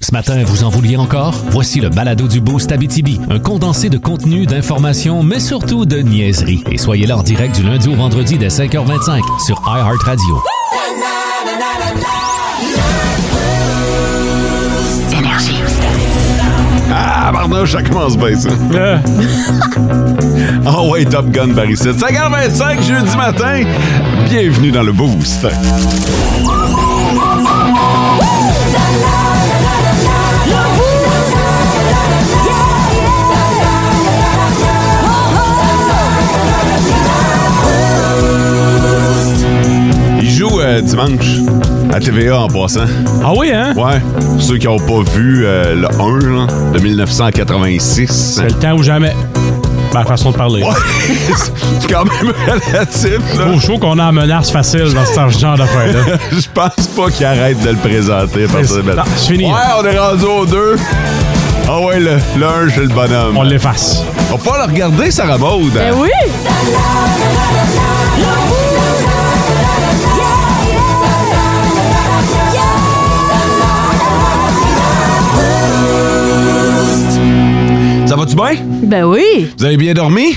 Ce matin, vous en vouliez encore? Voici le balado du Boost Abitibi, un condensé de contenu, d'informations, mais surtout de niaiseries. Et soyez là en direct du lundi au vendredi dès 5h25 sur iHeartRadio. Ah, pardon, ça commence bien, ça. oh ouais, Top Gun par ici. 5h25, jeudi matin. Bienvenue dans le Boost. Il joue euh, dimanche à TVA en passant. Ah oui, hein? Ouais, ceux qui n'ont pas vu euh, le 1 là, de 1986. C'est le temps ou jamais. Ben, façon de parler. Ouais, c'est quand même relatif. Je Là. trouve- je trouve qu'on a en menace facile dans ce genre d'affaires-là. Je pense pas qu'ils arrêtent de le présenter. à partir de C'est- maintenant. non, c'est fini, Ouais, là. on est rendu au 2. Ah ouais, le, le 1, j'ai le bonhomme. On l'efface. On va pas le regarder, Sarah Maud. Ben oui! Ça va-tu bien? Ben oui! Vous avez bien dormi?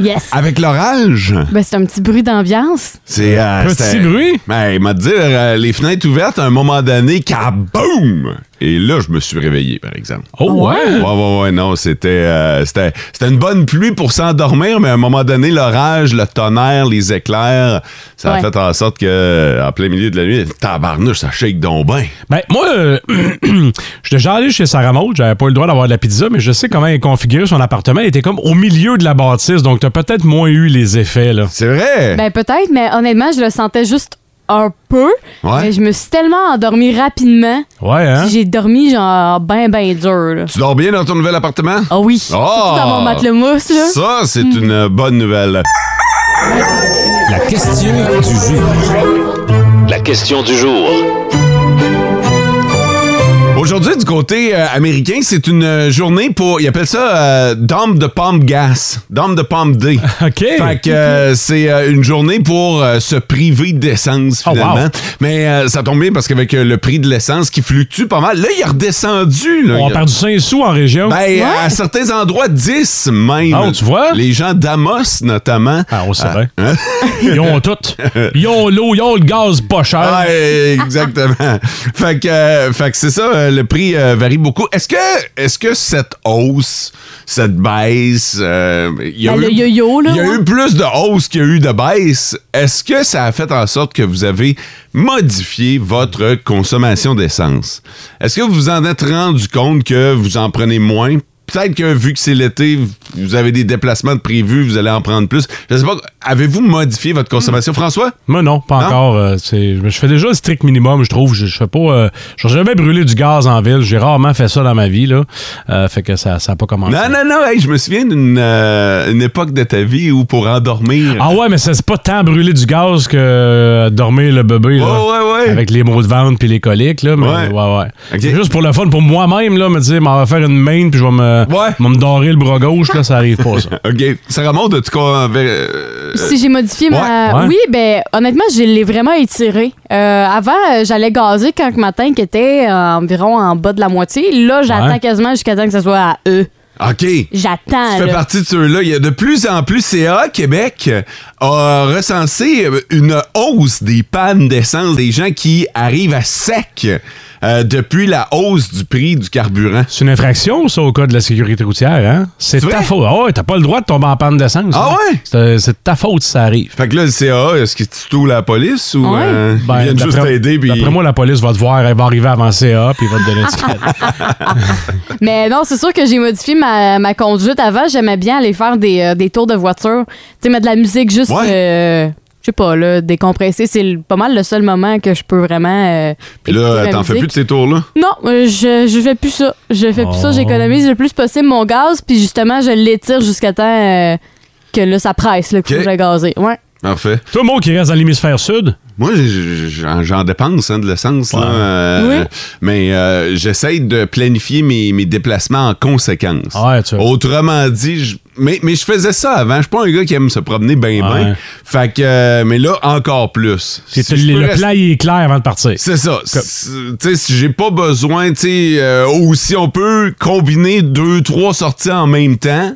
Yes! Avec l'orage? Ben c'est un petit bruit d'ambiance. C'est. euh, Petit c'était- bruit? Ben, il m'a dit, euh, les fenêtres ouvertes, à un moment donné, kaboum! Et là, je me suis réveillé, par exemple. Oh, Ouais, ouais, ouais, non, c'était, euh, c'était, c'était une bonne pluie pour s'endormir, mais à un moment donné, l'orage, le tonnerre, les éclairs, ça a Ouais. fait en sorte que, euh, en plein milieu de la nuit, tabarnouche, ça shake donc ben. Ben, moi, euh, je suis déjà allé chez Sarah Maud, j'avais pas eu le droit d'avoir de la pizza, mais je sais comment elle configure son appartement. Elle était comme au milieu de la bâtisse, donc t'as peut-être moins eu les effets, là. C'est vrai! Ben peut-être, mais honnêtement, je le sentais juste un peu. Ouais. Mais je me suis tellement endormie rapidement. Ouais, hein? J'ai dormi genre ben ben dur. là. tu dors bien dans ton nouvel appartement? Ah oui! Oh! Surtout dans mon matelas mousse, là. Hmm. Ça, c'est une bonne nouvelle. La question du jour. La question du jour. Aujourd'hui, du côté euh, américain, c'est une euh, journée pour. Ils appellent ça euh, Dame de Pompe Gas. Dame de Pompe D. OK. Fait que euh, c'est euh, une journée pour euh, se priver d'essence, Oh, wow. finalement. Mais euh, ça tombe bien parce qu'avec euh, le prix de l'essence qui fluctue pas mal, là, il est redescendu. là. On Il- a perdu 5 sous en région. Ben, à certains endroits, 10 même. Ah, tu vois? Les gens d'Amos, notamment. Euh, ah, on le savait. Ils ont tout. Ils ont l'eau, ils ont le gaz pas cher. Ah, euh, exactement. fait que, euh, fait que c'est ça, euh, le prix euh, varie beaucoup. Est-ce que, est-ce que cette hausse, cette baisse, euh, il y a Ben, eu, le yo-yo, là, il y a ouais. eu plus de hausse qu'il y a eu de baisse. Est-ce que ça a fait en sorte que vous avez modifié votre consommation d'essence? Est-ce que vous vous en êtes rendu compte que vous en prenez moins? Peut-être que vu que c'est l'été, vous avez des déplacements de prévus, vous allez en prendre plus. Je sais pas, avez-vous modifié votre Hmm. consommation, François? Moi, non, pas Non? encore. euh, c'est- je fais déjà le strict minimum, je trouve. Je, je fais pas. euh, j'ai jamais brûlé du gaz en ville. J'ai rarement fait ça dans ma vie, là. Euh, fait que ça n'a pas commencé. Non, non, non, hey, je me souviens d'une euh, une époque de ta vie où pour endormir. Ah ouais, mais ça, c'est pas tant brûler du gaz que euh, dormir le bébé, là. Ouais, ouais, ouais. Avec les maux de ventre puis les coliques, là. Mais, Ouais. ouais, ouais. Ok. C'est Juste pour le fun, pour moi-même, là, me dire, m'en va faire une main puis je vais me, Ouais. je vais me dorer le bras gauche, là, ça arrive pas, ça. OK. Sarah Maud, as-tu quoi envers- euh, Si j'ai modifié ma. ouais. Oui, ben honnêtement, je l'ai vraiment étiré. Euh, avant, euh, j'allais gazer quand le matin qui était euh, environ en bas de la moitié. Là, j'attends Ouais. quasiment jusqu'à temps que ça soit à E. OK. Tu J'attends. fais Ah, là. partie de ceux-là. Il y a de plus en plus CA Québec a recensé euh, une hausse des pannes d'essence des gens qui arrivent à sec euh, depuis la hausse du prix du carburant. C'est une infraction, ça, au cas de la sécurité routière, hein? C'est C'est ta vrai? faute. Ah ouais, t'as pas le droit de tomber en panne d'essence. Ah hein. ouais? C'est- C'est de ta faute si ça arrive. Fait que là, le CA, est-ce que tu toules la police ou Ouais. euh, ils Ben, viennent juste d'après- t'aider? puis- D'après moi, la police va te voir, elle va arriver avant CA, puis elle va te donner une étiquette. Mais non, c'est sûr que j'ai modifié ma, ma conduite. Avant, j'aimais bien aller faire des, euh, des tours de voiture. Tu sais, mettre de la musique juste. Ouais. euh, je sais pas, là, décompresser. C'est le- pas mal le seul moment que je peux vraiment. euh, Puis écouter là, la t'en fais musique. plus de ces tours-là? Non, euh, je, je fais plus ça. Je fais plus ça. Oh. J'économise le plus possible mon gaz, puis justement, je l'étire jusqu'à temps euh, que là, ça presse, le coup Ok. de gazer. Ouais. Parfait. Tout le monde qui reste dans l'hémisphère sud, Moi, j- j- j'en j'en dépense hein, de l'essence. là, euh, Oui. Mais euh, j'essaie de planifier mes, mes déplacements en conséquence. Ouais, tu- Autrement dit, je mais, mais je faisais ça avant. Je suis pas un gars qui aime se promener ben ben. Ouais. Fait que, euh, mais là, encore plus. C'est- Si je peux le rester- plan il est clair avant de partir. C'est ça. C'est- Tu sais, si j'ai pas besoin, tu sais, euh, ou si on peut combiner deux, trois sorties en même temps,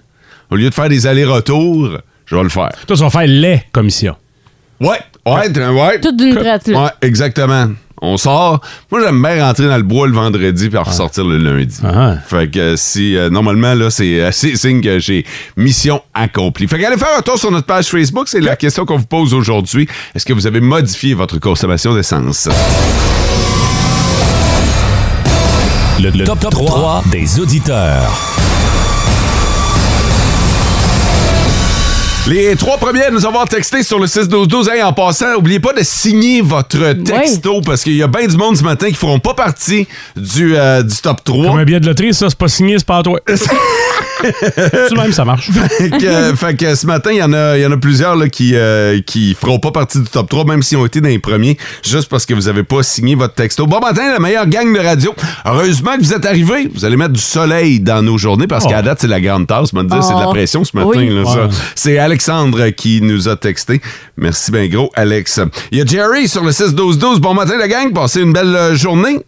au lieu de faire des allers-retours, je vais le faire. Toi, tu vas faire les commissions. Ouais, ouais, t- Ah. ouais. Tout d'une traite, là. Ouais, exactement. On sort. Moi, j'aime bien rentrer dans le bois le vendredi puis ressortir le lundi. Ah. Fait que si, euh, normalement, là, c'est euh, c'est signe que j'ai mission accomplie. Fait qu'allez faire un tour sur notre page Facebook. C'est la question qu'on vous pose aujourd'hui. Est-ce que vous avez modifié votre consommation d'essence? Le, le top, 3 des auditeurs. Les trois premiers à nous avoir texté sur le 6-12-12. Hey, en passant, n'oubliez pas de signer votre texto parce qu'il y a bien du monde ce matin qui feront pas partie du, euh, du top 3. Comme un billet de loterie, ça, c'est pas signé, c'est pas à toi. Tu même, ça marche. Fait que, euh, fait que ce matin, il y, en a- il y en a plusieurs là, qui euh, qui feront pas partie du top 3, même s'ils ont été dans les premiers, juste parce que vous avez pas signé votre texto. Bon matin, la meilleure gang de radio. Heureusement que vous êtes arrivés. Vous allez mettre du soleil dans nos journées, parce Oh. qu'à date, c'est la grande tasse. me dire, c'est de la Oh. pression ce matin. Oui. là, ça. Ouais. C'est Alexandre qui nous a texté. Merci bien gros, Alex. Il y a Jerry sur le 6-12-12. Bon matin, la gang. Passez une belle euh, journée.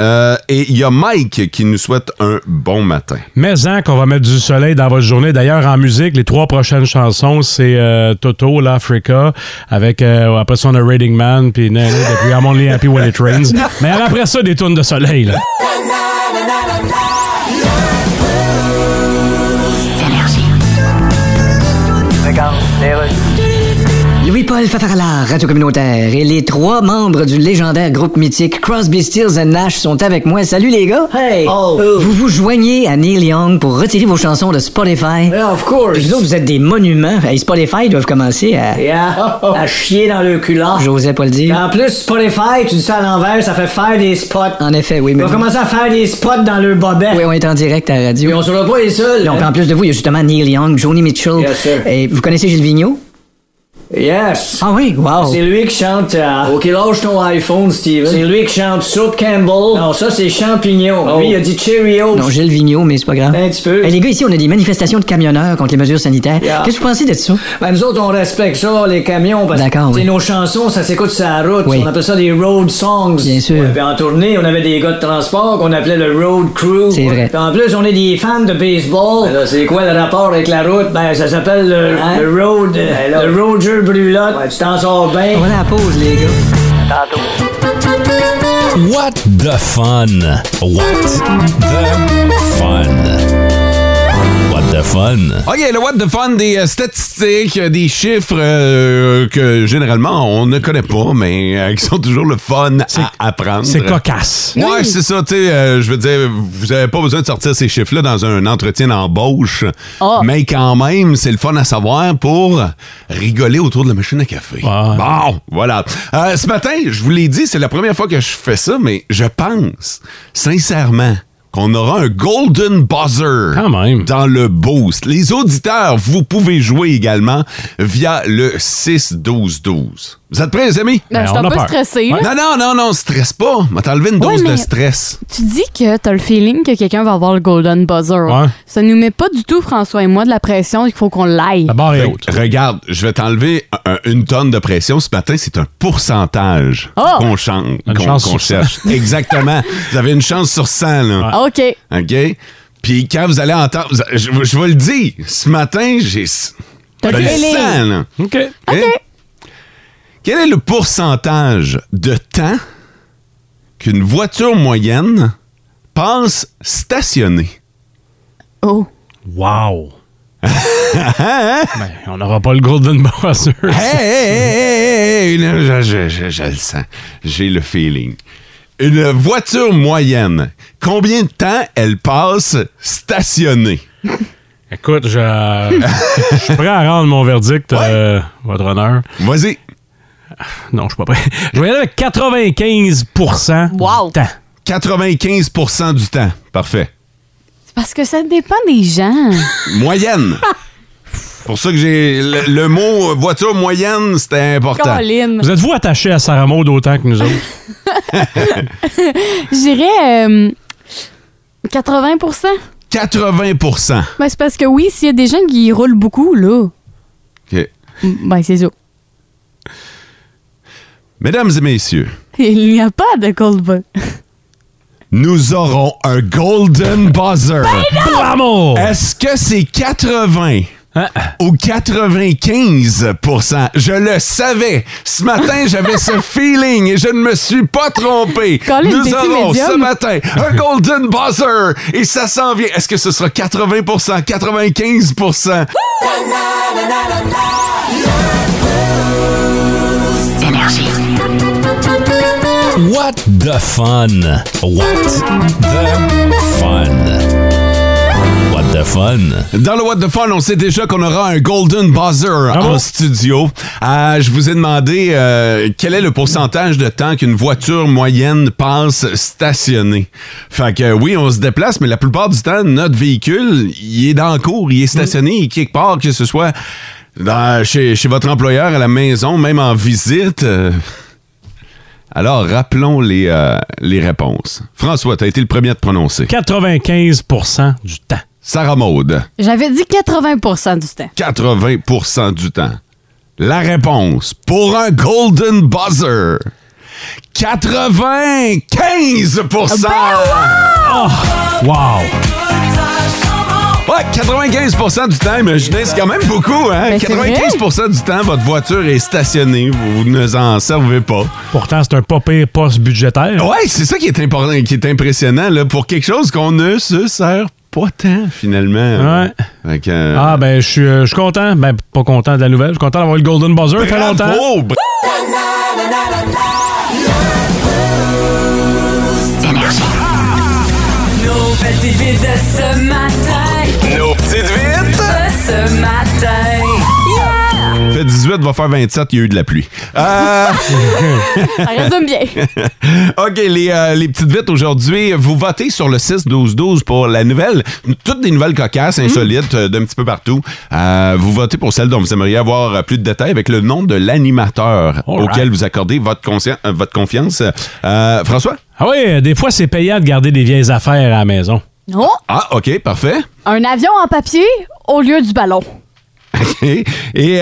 Euh, et il y a Mike qui nous souhaite un bon matin. Mais hein, qu'on va mettre du soleil dans votre journée. D'ailleurs, en musique, les trois prochaines chansons, c'est euh, Toto, l'Africa, avec euh, après ça, on a Raiding Man, puis Nelly, depuis I'm Only Happy When It Rains. Mais hein, après ça, des tunes de soleil. Là. Louis-Paul Fafarala, Radio Communautaire, et les trois membres du légendaire groupe mythique Crosby, Stills and Nash sont avec moi. Salut les gars! Hey! Oh. Vous vous joignez à Neil Young pour retirer vos chansons de Spotify. of course! Vous autres, vous êtes des monuments. Hey, Spotify doivent commencer à... Oh. à chier dans le Ah. culotte. J'osais pas le dire. En plus, Spotify, tu dis ça à l'envers, ça fait faire des spots. Ah. En effet, oui, mais... On va commencer à faire des spots dans le bobet. Oui, on est en direct à la radio. Mais on sera pas les seuls. Donc, en plus de vous, il y a justement Neil Young, Joni Mitchell. Et vous connaissez Gilles Vigneault? Yes! Ah oui, wow! C'est lui qui chante. euh, Oh. Ok, lâche ton iPhone, Steven. C'est lui qui chante Soup Campbell. Non, ça, c'est Champignon. Lui, il a dit Cheerios. Non, Gilles Vigneault, mais c'est pas grave. Un petit peu. Hey, les gars, ici, on a des manifestations de camionneurs contre les mesures sanitaires. Yeah. Qu'est-ce que vous pensez de ça? Ben, nous autres, on respecte ça, les camions, parce D'accord, que oui. c'est nos chansons, ça s'écoute sur la route. Oui. On appelle ça des road songs. Bien sûr. Ouais, puis en tournée, on avait des gars de transport qu'on appelait le road crew. C'est vrai. Puis en plus, on est des fans de baseball. Ben là, c'est quoi le rapport avec la route? Ben, ça s'appelle le, le road. euh, le Roger Brulotte. Ouais, tu t'en sors bien. On a la pause, les gars. What the fun? What the fun? What the fun? OK, le What the Fun, des euh, statistiques, euh, des chiffres euh, que généralement on ne connaît pas, mais euh, qui sont toujours le fun à apprendre. C'est cocasse. Ouais, c'est ça, tu sais, euh, je veux dire, vous avez pas besoin de sortir ces chiffres-là dans un entretien d'embauche, Ah. mais quand même, c'est le fun à savoir pour rigoler autour de la machine à café. Bon, voilà. Euh, ce matin, je vous l'ai dit, c'est la première fois que je fais ça, mais je pense, sincèrement, qu'on aura un golden buzzer Quand même. dans le boost. Les auditeurs, vous pouvez jouer également via le 6-12-12. Vous êtes prêts, les amis? Ben, Ben, je on suis un a peu peur. stressée. là. Non, non, non, non, stresse pas. M'a t'enlevé une Ouais, dose de mais- stress. Tu dis que t'as le feeling que quelqu'un va avoir le golden buzzer. Ouais. Ça nous met pas du tout, François et moi, de la pression. Il faut qu'on l'aille. La barre est Fait que, haute. regarde, je vais t'enlever un- une tonne de pression ce matin. C'est un pourcentage Ah! qu'on chante, Une qu'on chance qu'on sur cherche. Exactement. vous avez une chance sur 100, là. Ah, OK. OK? Puis quand vous allez entendre... vous- Je, je vais le dire. Ce matin, j'ai... T'as je le Ben, le feeling. sens, là. OK. Hein? Quel est le pourcentage de temps qu'une voiture moyenne passe stationnée? Oh. Wow. Ben, on n'aura pas le Golden Buzzer. Hey, hey, hey, hey, hey, hey, là, je, je- je- je le sens. J'ai le feeling. Une voiture moyenne, combien de temps elle passe stationnée? Écoute, je, je suis prêt à rendre mon verdict, euh, votre honneur. Vas-y. Non, je suis pas prêt. Je vais y aller avec 95 Wow. du temps. 95 du temps. Parfait. C'est parce que ça dépend des gens. Moyenne. Pour ça que j'ai. Le, le mot euh, voiture moyenne, c'était important. Colin. Vous êtes-vous attaché à Sarah Maud autant que nous autres? Je dirais euh, 80 80 Ben, c'est parce que oui, s'il y a des jeunes qui roulent beaucoup, là, OK. mm, ben, c'est ça. Mesdames et messieurs, Il n'y a pas de cold bun. nous aurons un Golden Buzzer. Bravo! Oh. Est-ce que c'est 80 Ah, ou 95 Je le savais. Ce matin, j'avais ce feeling et je ne me suis pas trompé. Colin, Nous t'es-tu aurons ce médium? matin un Golden Buzzer et ça s'en vient. Est-ce que ce sera 80 95 What the fun? What the fun? What the fun? Dans le What the Fun, on sait déjà qu'on aura un Golden Buzzer en bon? studio. Euh, je vous ai demandé euh, quel est le pourcentage de temps qu'une voiture moyenne passe stationnée. Fait que euh, oui, on se déplace, mais la plupart du temps, notre véhicule, il est dans le cours, il est stationné il est quelque part, que ce soit dans- chez, chez votre employeur, à la maison, même en visite. euh. Alors, rappelons les, euh, les réponses. François, t'as été le premier à te prononcer. 95 du temps. Sarah Maude. J'avais dit 80 du temps. 80 du temps. La réponse pour un golden buzzer. 95 Wow! Oh, Ouais, 95 du temps, imaginez, c'est quand même beaucoup, hein? Ben, c'est vrai. 95 du temps, votre voiture est stationnée, vous ne en servez pas. Pourtant, c'est un pas pire poste budgétaire. Ouais, c'est ça qui est important, qui est impressionnant, là, pour quelque chose qu'on ne se sert pas tant, finalement. Ouais. Fait que- Ah, ben, je suis euh, je suis content. Ben, pas content de la nouvelle. Je suis content d'avoir eu le Golden Buzzer. Ça fait longtemps. Bravo! bra- Nos petites vites de ce matin, Nos petites vites. de ce matin. Yeah! Fait 18, va faire 27, il y a eu de la pluie. Euh... Ça résume bien. OK, les, euh, les petites vites aujourd'hui, vous votez sur le 6-12-12 pour la nouvelle, toutes des nouvelles cocasses, insolites, euh, d'un petit peu partout. Euh, vous votez pour celle dont vous aimeriez avoir euh, plus de détails avec le nom de l'animateur All right. auquel vous accordez votre, conscien- euh, votre confiance. Euh, François? Ah oui, des fois, c'est payant de garder des vieilles affaires à la maison. Non, Ah, OK, parfait. Oh, un avion en papier au lieu du ballon. OK. Et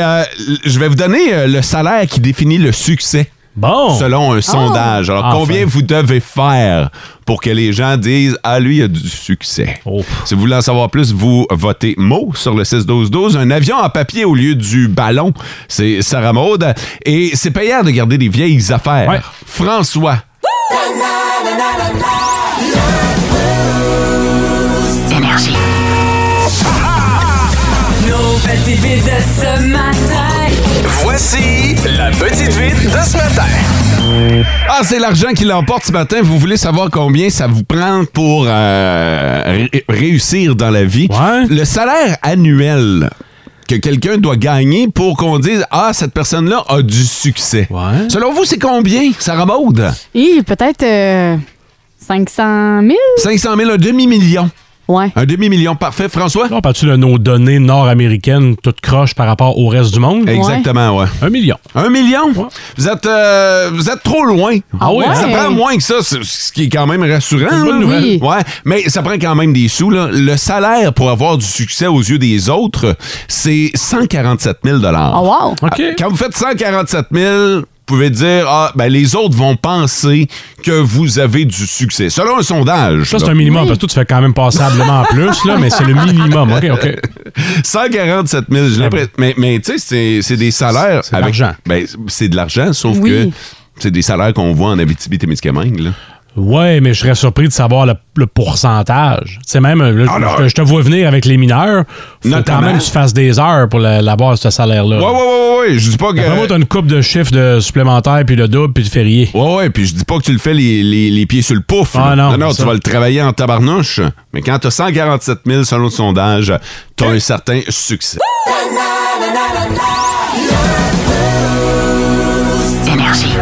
euh, l- je vais vous donner euh, le salaire qui définit le succès. Bon! Selon un sondage. Alors, Oh! Enfin. combien vous devez faire pour que les gens disent Ah, lui, il a du succès? Oh. Si vous voulez en savoir plus, vous votez mot sur le 6-12-12. Un avion en papier au lieu du ballon, c'est Sarah Maude. Et c'est payant de garder des vieilles affaires. Ouais. François. Nos petites vites de ce matin, Voici la petite vite de ce matin. Ah, c'est l'argent qui l'emporte ce matin. Vous voulez savoir combien ça vous prend pour euh, ré- réussir dans la vie? Ouais. Le salaire annuel que quelqu'un doit gagner pour qu'on dise Ah, cette personne-là a du succès. Ouais. Selon vous, c'est combien, Sarah Maude? Et peut-être euh, 500 000? 500 000, un demi-million. Ouais. Un demi-million, parfait. François? Là, on parle-tu de nos données nord-américaines toutes croches par rapport au reste du monde? Exactement, ouais. Un million. Un million? Vous êtes euh, vous êtes trop loin. Ah ouais? Ça prend moins que ça, ce ce qui est quand même rassurant. une bonne là. nouvelle. Oui. Ouais, mais ça prend quand même des sous. Là. Le salaire pour avoir du succès aux yeux des autres, c'est 147 000 Oh, wow. Ah, OK. Ah, Quand vous faites 147 000 vous pouvez dire, ah, ben les autres vont penser que vous avez du succès. Selon un sondage. Ça, c'est là. un minimum, parce que toi, tu fais quand même passablement plus, là, mais c'est le minimum. OK, OK. 147 000, j'ai l'impression. Mais, mais tu sais, c'est- c'est des salaires. Ah C'est de l'argent. Ben, c'est de l'argent, sauf Oui. que c'est des salaires qu'on voit en Abitibi-Témiscamingue. là. Ouais, mais je serais surpris de savoir le, le pourcentage. Tu sais, même, là, Ah, je- non. je, je te vois venir avec les mineurs. Faut Notamment. quand même que tu fasses des heures pour la- l'avoir, ce salaire-là. Ouais, euh, ouais, ouais, ouais, ouais. Je dis pas que. Ah. Après moi, t'as une coupe de chiffres de supplémentaires, puis le double, puis le férié. Ouais, ouais, puis je dis pas que tu le fais les, les- les pieds sur le pouf. Ah, là. non, non, c'est tu ça. vas le travailler en tabarnouche. Mais quand t'as 147 000 selon le sondage, t'as un certain succès. Énergie.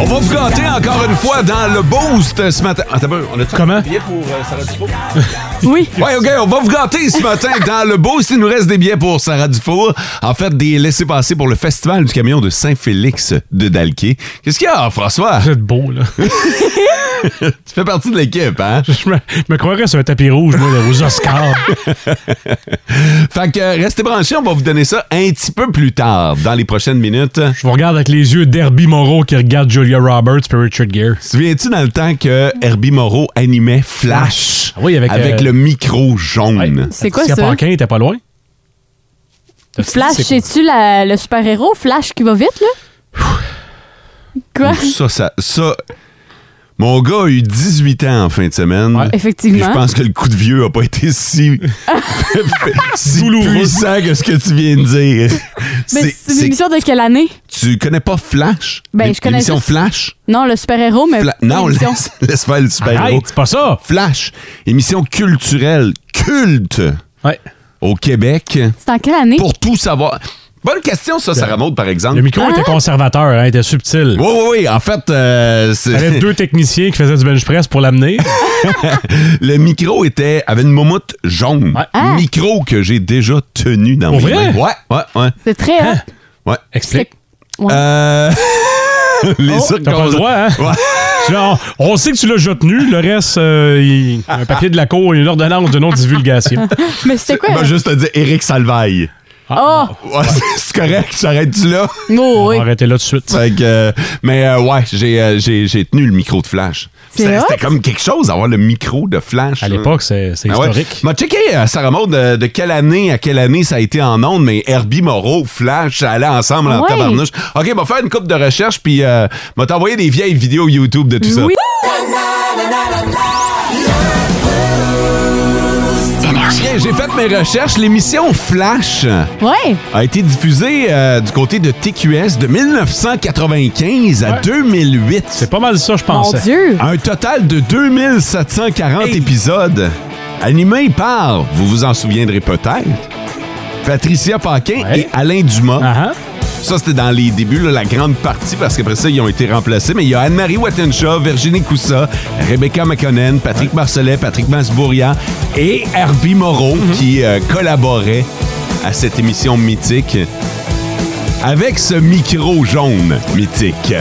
On va vous gâter encore une fois dans le boost ce matin. Attends, un peu, on a Comment? des billets pour euh, Sarah Dufour? Ah, Oui. Ouais, OK, on va vous gâter ce matin dans le boost. Il nous reste des billets pour Sarah Dufour. En fait, des laissés-passer pour le Festival du camion de Saint-Félix de Dalquier. Qu'est-ce qu'il y a, François? Vous êtes beau, là. Tu fais partie de l'équipe, hein? Je me, je me croirais sur un tapis rouge, moi, là, aux Oscars. Fait que euh, restez branchés, on va vous donner ça un petit peu plus tard, dans les prochaines minutes. Je vous regarde avec les yeux d'Herbie Moreau qui regarde Julia Roberts puis Richard Gere. Souviens-tu dans le temps que Herbie Moreau animait Flash Ah oui, avec, euh, le micro jaune? C'est quoi Jessica ça? Parkin était pas loin. Flash, C'est- c'est-tu la- le super-héros Flash qui va vite, là? Quoi? Ça, ça, ça. Mon gars a eu 18 ans en fin de semaine. Ouais. Puis Effectivement. Je pense que le coup de vieux a pas été si, si Douloureux. puissant que ce que tu viens de Mais dire. C'est- Ben, c'est une c'est- émission de quelle année? Tu connais pas Flash? Ben, L'é- je connais L'émission juste- Flash? Non, le super-héros, mais. Fla- non, l'émission. laisse, laisse faire le super-héros. Arrête, Ben, c'est pas ça. Flash, émission culturelle, culte Ouais. au Québec. C'est en quelle année? Pour tout savoir. Bonne question, ça, Sarah Maud, par exemple. Le micro était conservateur, hein, était subtil. Oui, oui, oui. En fait, euh, Il y avait c'est- deux techniciens qui faisaient du bench press pour l'amener. le micro était avait une moumoute jaune. Ouais. Ah. Micro que j'ai déjà tenu dans Pour mes vrai? mains. Ouais, ouais, ouais. C'est très. hot. ouais. Explique. Euh, Les T'as pas le circonstances. droit, hein? Ouais. Tu l'as- on, on sait que tu l'as jetenu. Le reste, euh, il- un papier de la cour et une ordonnance de non-divulgation. Mais c'était quoi? Ben, Ah, juste te dire Éric Salvaille. Oh! Ouais, c'est correct, j'arrête-tu là? Oh, On oui. va arrêter là tout de suite. Fait que, euh, mais euh, ouais, j'ai, euh, j'ai, j'ai tenu le micro de Flash. C'est C'était hot. c'était comme quelque chose d'avoir le micro de Flash. À là. l'époque, c'est c'est Ah ouais. historique. M'a checké, euh, Sarah Maud, de, de quelle année à quelle année ça a été en ondes, mais Herbie Moreau, Flash, ça allait ensemble en Ah Ouais. tabarnouche. OK, m'a faire une coupe de recherche, puis euh, m'a t'envoyer des vieilles vidéos YouTube de tout ça. Oui. Énergie. Bien, j'ai fait mes recherches. L'émission Flash Ouais. a été diffusée euh, du côté de TQS de 1995 à 2008. C'est pas mal ça, je Mon pensais. Dieu. Un total de 2740 épisodes animés par, vous vous en souviendrez peut-être, Patricia Paquin Ouais. et Alain Dumas. Ah, ah. Ça, c'était dans les débuts, là, la grande partie, parce qu'après ça, ils ont été remplacés. Mais il y a Anne-Marie Wattenshaw, Virginie Coussa, Rebecca McConnell, Patrick Marcellet, Patrick Masbourian et Herbie Moreau Mhm. qui euh, collaboraient à cette émission mythique avec ce micro jaune mythique.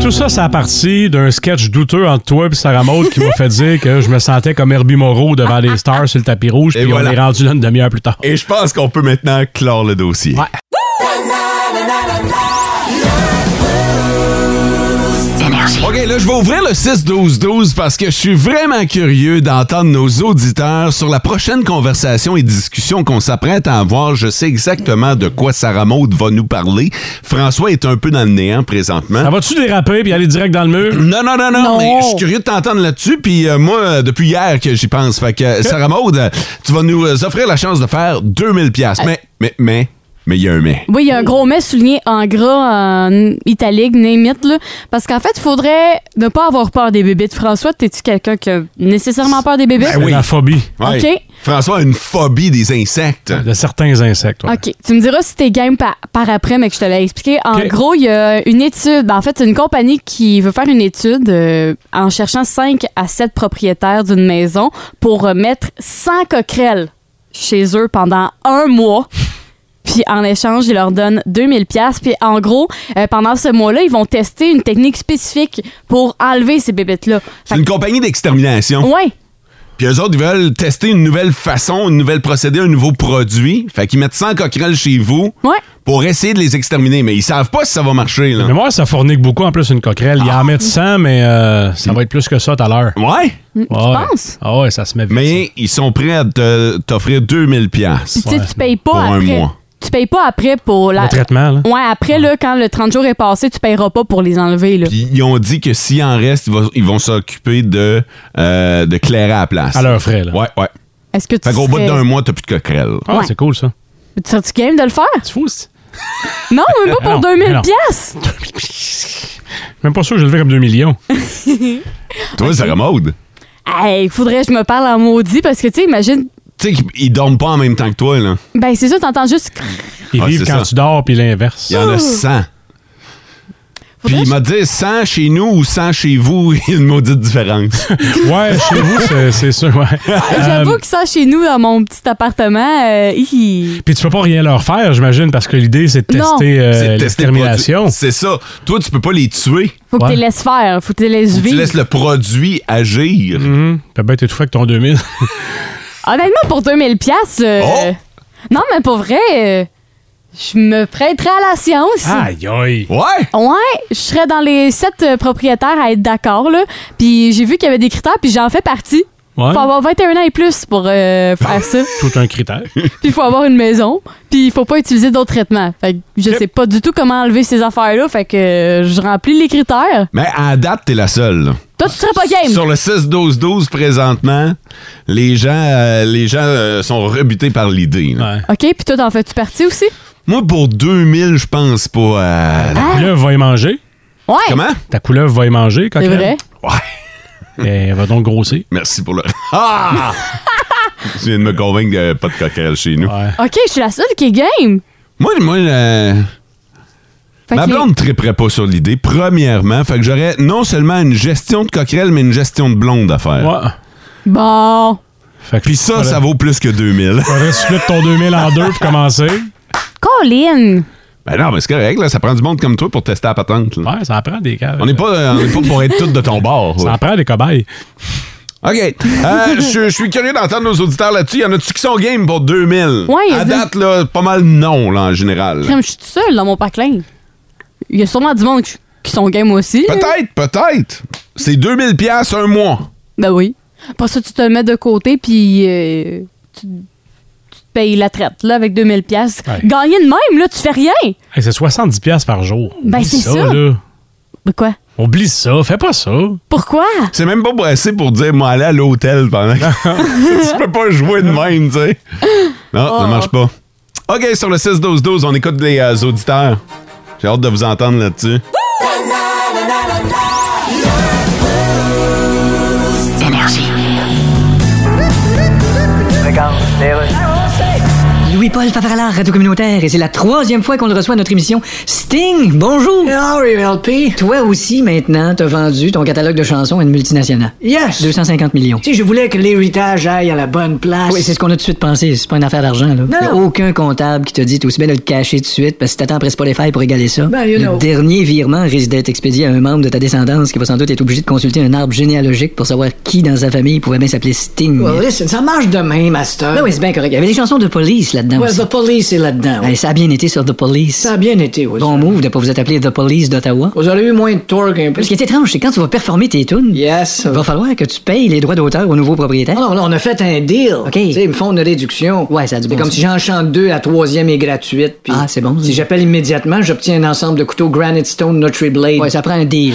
Tout ça, ça a parti d'un sketch douteux entre toi et Sarah Maud qui m'a fait dire que je me sentais comme Herbie Moreau devant les stars sur le tapis rouge, Et puis voilà. on est rendu là une demi-heure plus tard. Et je pense qu'on peut maintenant clore le dossier. Ouais. Énergie. OK, là, je vais ouvrir le 6-12-12 parce que je suis vraiment curieux d'entendre nos auditeurs sur la prochaine conversation et discussion qu'on s'apprête à avoir. Je sais exactement de quoi Sarah Maud va nous parler. François est un peu dans le néant présentement. Ça va-tu déraper puis aller direct dans le mur? Non, non, non, non, Non. mais je suis curieux de t'entendre là-dessus. Puis euh, moi, euh, depuis hier que j'y pense. Fait que, euh, Sarah Maud, euh, tu vas nous euh, offrir la chance de faire 2000$. Euh. piastres. Mais, mais, mais, mais il y a un mais. Oui, il y a un gros mais souligné en gras, en italique, name it, là. Parce qu'en fait, il faudrait ne pas avoir peur des bébés. François, t'es-tu quelqu'un qui a nécessairement peur des bébés? Ben oui. La phobie Ouais. OK. François a une phobie des insectes. de certains insectes. ouais. OK. Tu me diras si t'es game par, par après, mais que je te l'ai expliqué. En OK. gros, il y a une étude. En fait, c'est une compagnie qui veut faire une étude euh, en cherchant 5 à 7 propriétaires d'une maison pour euh, mettre 100 coquerelles chez eux pendant un mois. Puis en échange, ils leur donnent 2000 pièces. Puis en gros, euh, pendant ce mois-là, ils vont tester une technique spécifique pour enlever ces bébêtes-là. C'est une compagnie d'extermination. Ouais. Puis eux autres, ils veulent tester une nouvelle façon, une nouvelle procédé, un nouveau produit. Fait qu'ils mettent 100 coquerelles chez vous Ouais. pour essayer de les exterminer. Mais ils savent pas si ça va marcher, là. Mais moi, ça fournique beaucoup en plus une coquerelle. Ah. Il y en met 100, mais euh, ça va être plus que ça tout à l'heure. Ouais, Tu Ouais. penses? Ah ouais, ça se met vite. mais ils sont prêts à te- t'offrir 2000 pièces. Puis tu sais, tu payes pas Pour un après. mois. Tu payes pas après pour ça. la, le traitement, là. Ouais, après, là, quand le 30 jours est passé, tu paieras pas pour les enlever, là. Puis ils ont dit que s'il en reste, ils vont- ils vont s'occuper de, euh, de clairer à la place. À leurs frais, là. Ouais, ouais. Est-ce que tu Fait qu'au bout serais- d'un mois, t'as plus de coquerelles. Ah, Ouais. c'est cool, ça. Tu serais-tu game de le faire? C'est fou, c'est- Non, même pas pour Non, 2000 non. pièces! Même pas sûr que je le fais comme 2 millions. Toi, ça remode. Hey, faudrait que je me parle en maudit, parce que, tu sais, imagine... Tu sais qu'ils dorment pas en même temps que toi, là. Ben, c'est ça, t'entends juste. crrr. Ils Ouais, vivent c'est quand ça. tu dors, puis l'inverse. Il y en a 100. Puis Faudrait il m'a dit 100 chez nous ou 100 chez vous, il y a une maudite différence. Euh, Ouais, chez vous, c'est- c'est sûr, ouais. Ah, J'avoue que ça, chez nous, dans mon petit appartement, euh, hi. Puis tu peux pas rien leur faire, j'imagine, parce que l'idée, c'est de Non. tester euh, C'est de tester le l'extermination. produit. C'est ça. Toi, tu peux pas les tuer. faut que Ouais. tu les laisses faire, faut que tu les laisses Faut que Tu vivre. laisses le produit agir. Hum, T'as bien été tout fait avec ton 2000. Honnêtement, pour 2000 pièces Oh! euh, Non, mais pour vrai, euh, je me prêterais à la science. Aïe, aïe. Ouais! Ouais, je serais dans les sept euh, propriétaires à être d'accord, là. Puis j'ai vu qu'il y avait des critères, puis j'en fais partie. Ouais. Faut Hein? avoir 21 ans et plus pour euh, faire ça. Tout un critère. Puis il faut avoir une maison. Puis il faut pas utiliser d'autres traitements. Fait que je sais pas du tout comment enlever ces affaires-là. Fait que euh, je remplis les critères. Mais à date, t'es la seule. là. Toi, tu serais pas game. Sur le 6-12-12 présentement, les gens, euh, les gens euh, sont rebutés par l'idée. là. Ouais. OK, puis toi, t'en fais-tu partie aussi? Moi, pour 2000, je pense pas à... Ah. Ta couleuvre va y manger. Ouais. Comment? Ta couleuvre va y manger, quand C'est même. vrai. Ouais. Et elle va donc grossir. Merci pour le... Ah! tu viens de me convaincre qu'il n'y a pas de coquerelle chez nous. Ouais. OK, je suis la seule qui est game. Moi, moi euh, Fait ma que- blonde ne triperait pas sur l'idée, premièrement. Fait que j'aurais non seulement une gestion de coquerelle, mais une gestion de blonde à faire. Ouais. Bon. Fait que Puis ça, faudrait- ça vaut plus que 2000. Faudrait split ton 2000 en deux pour commencer. Colin. ben non, mais c'est correct, là, ça prend du monde comme toi pour tester la patente. là. Ouais, ça en prend des gars. On n'est pas, euh, on est pas pour être toutes de ton bord. Ça ouais. en prend des cobayes. OK. Euh, je je suis curieux d'entendre nos auditeurs là-dessus. Y en a-tu qui sont game pour 2000? Ouais, y a à des- date, là, pas mal non, là, en général. Crème, je suis toute seule dans mon parclin. Il y a sûrement du monde qui qui sont game aussi. là. Peut-être, peut-être. C'est 2000 pièces un mois. Ben oui. Après ça, tu te le mets de côté, puis euh, tu, tu te payes la traite, là, avec 2000 pièces. Ouais. Gagner de même, là, tu fais rien. Hey, c'est 70$ piastres par jour. Ben, Oublie c'est ça. là. Ben quoi? Oublie ça. Fais pas ça. Pourquoi? C'est même pas assez pour dire, moi, aller à l'hôtel pendant que tu peux pas jouer de même, tu sais. Non, Oh. ça marche pas. OK, sur le 6-12-12, on écoute les euh, auditeurs. J'ai hâte de vous entendre là-dessus. Louis-Paul Favaralard, Radio Communautaire, et c'est la troisième fois qu'on le reçoit à notre émission. Sting, bonjour! How are you, LP? Toi aussi, maintenant, t'as vendu ton catalogue de chansons à une multinationale. Yes! 250 millions. Tu sais, je voulais que l'héritage aille à la bonne place. Oui, c'est ce qu'on a tout de suite pensé. C'est pas une affaire d'argent, là. Y a non. aucun comptable qui te dit t'es aussi bien de le cacher tout de suite parce que t'attends presque pas les failles pour égaler ça. Ben, you le know. dernier virement risque d'être expédié à un membre de ta descendance qui va sans doute être obligé de consulter un arbre généalogique pour savoir qui dans sa famille pouvait bien s'appeler Sting. Well, listen, ça marche demain, Master. Ben oui, c'est bien correct. Il y avait des chansons de police là-dedans Well, aussi. the police est là-dedans. oui. Hey, ça a bien été sur The Police. Ça a bien été, oui. Bon move de pas vous être appelé The Police d'Ottawa. Vous aurez eu moins de torque un peu. Ce qui est étrange, c'est quand tu vas performer tes tunes, Yes. va falloir que tu payes les droits d'auteur au nouveau propriétaire. Non, non, là, on a fait un deal. OK. Tu sais, ils me font une réduction. Ouais, ça a du Ah. C'est bon comme sens. si j'en chante deux, la troisième est gratuite. puis Ah, c'est bon, ça. Si j'appelle immédiatement, j'obtiens un ensemble de couteaux Granite Stone Nutri Blade. Ouais, ça prend un deal.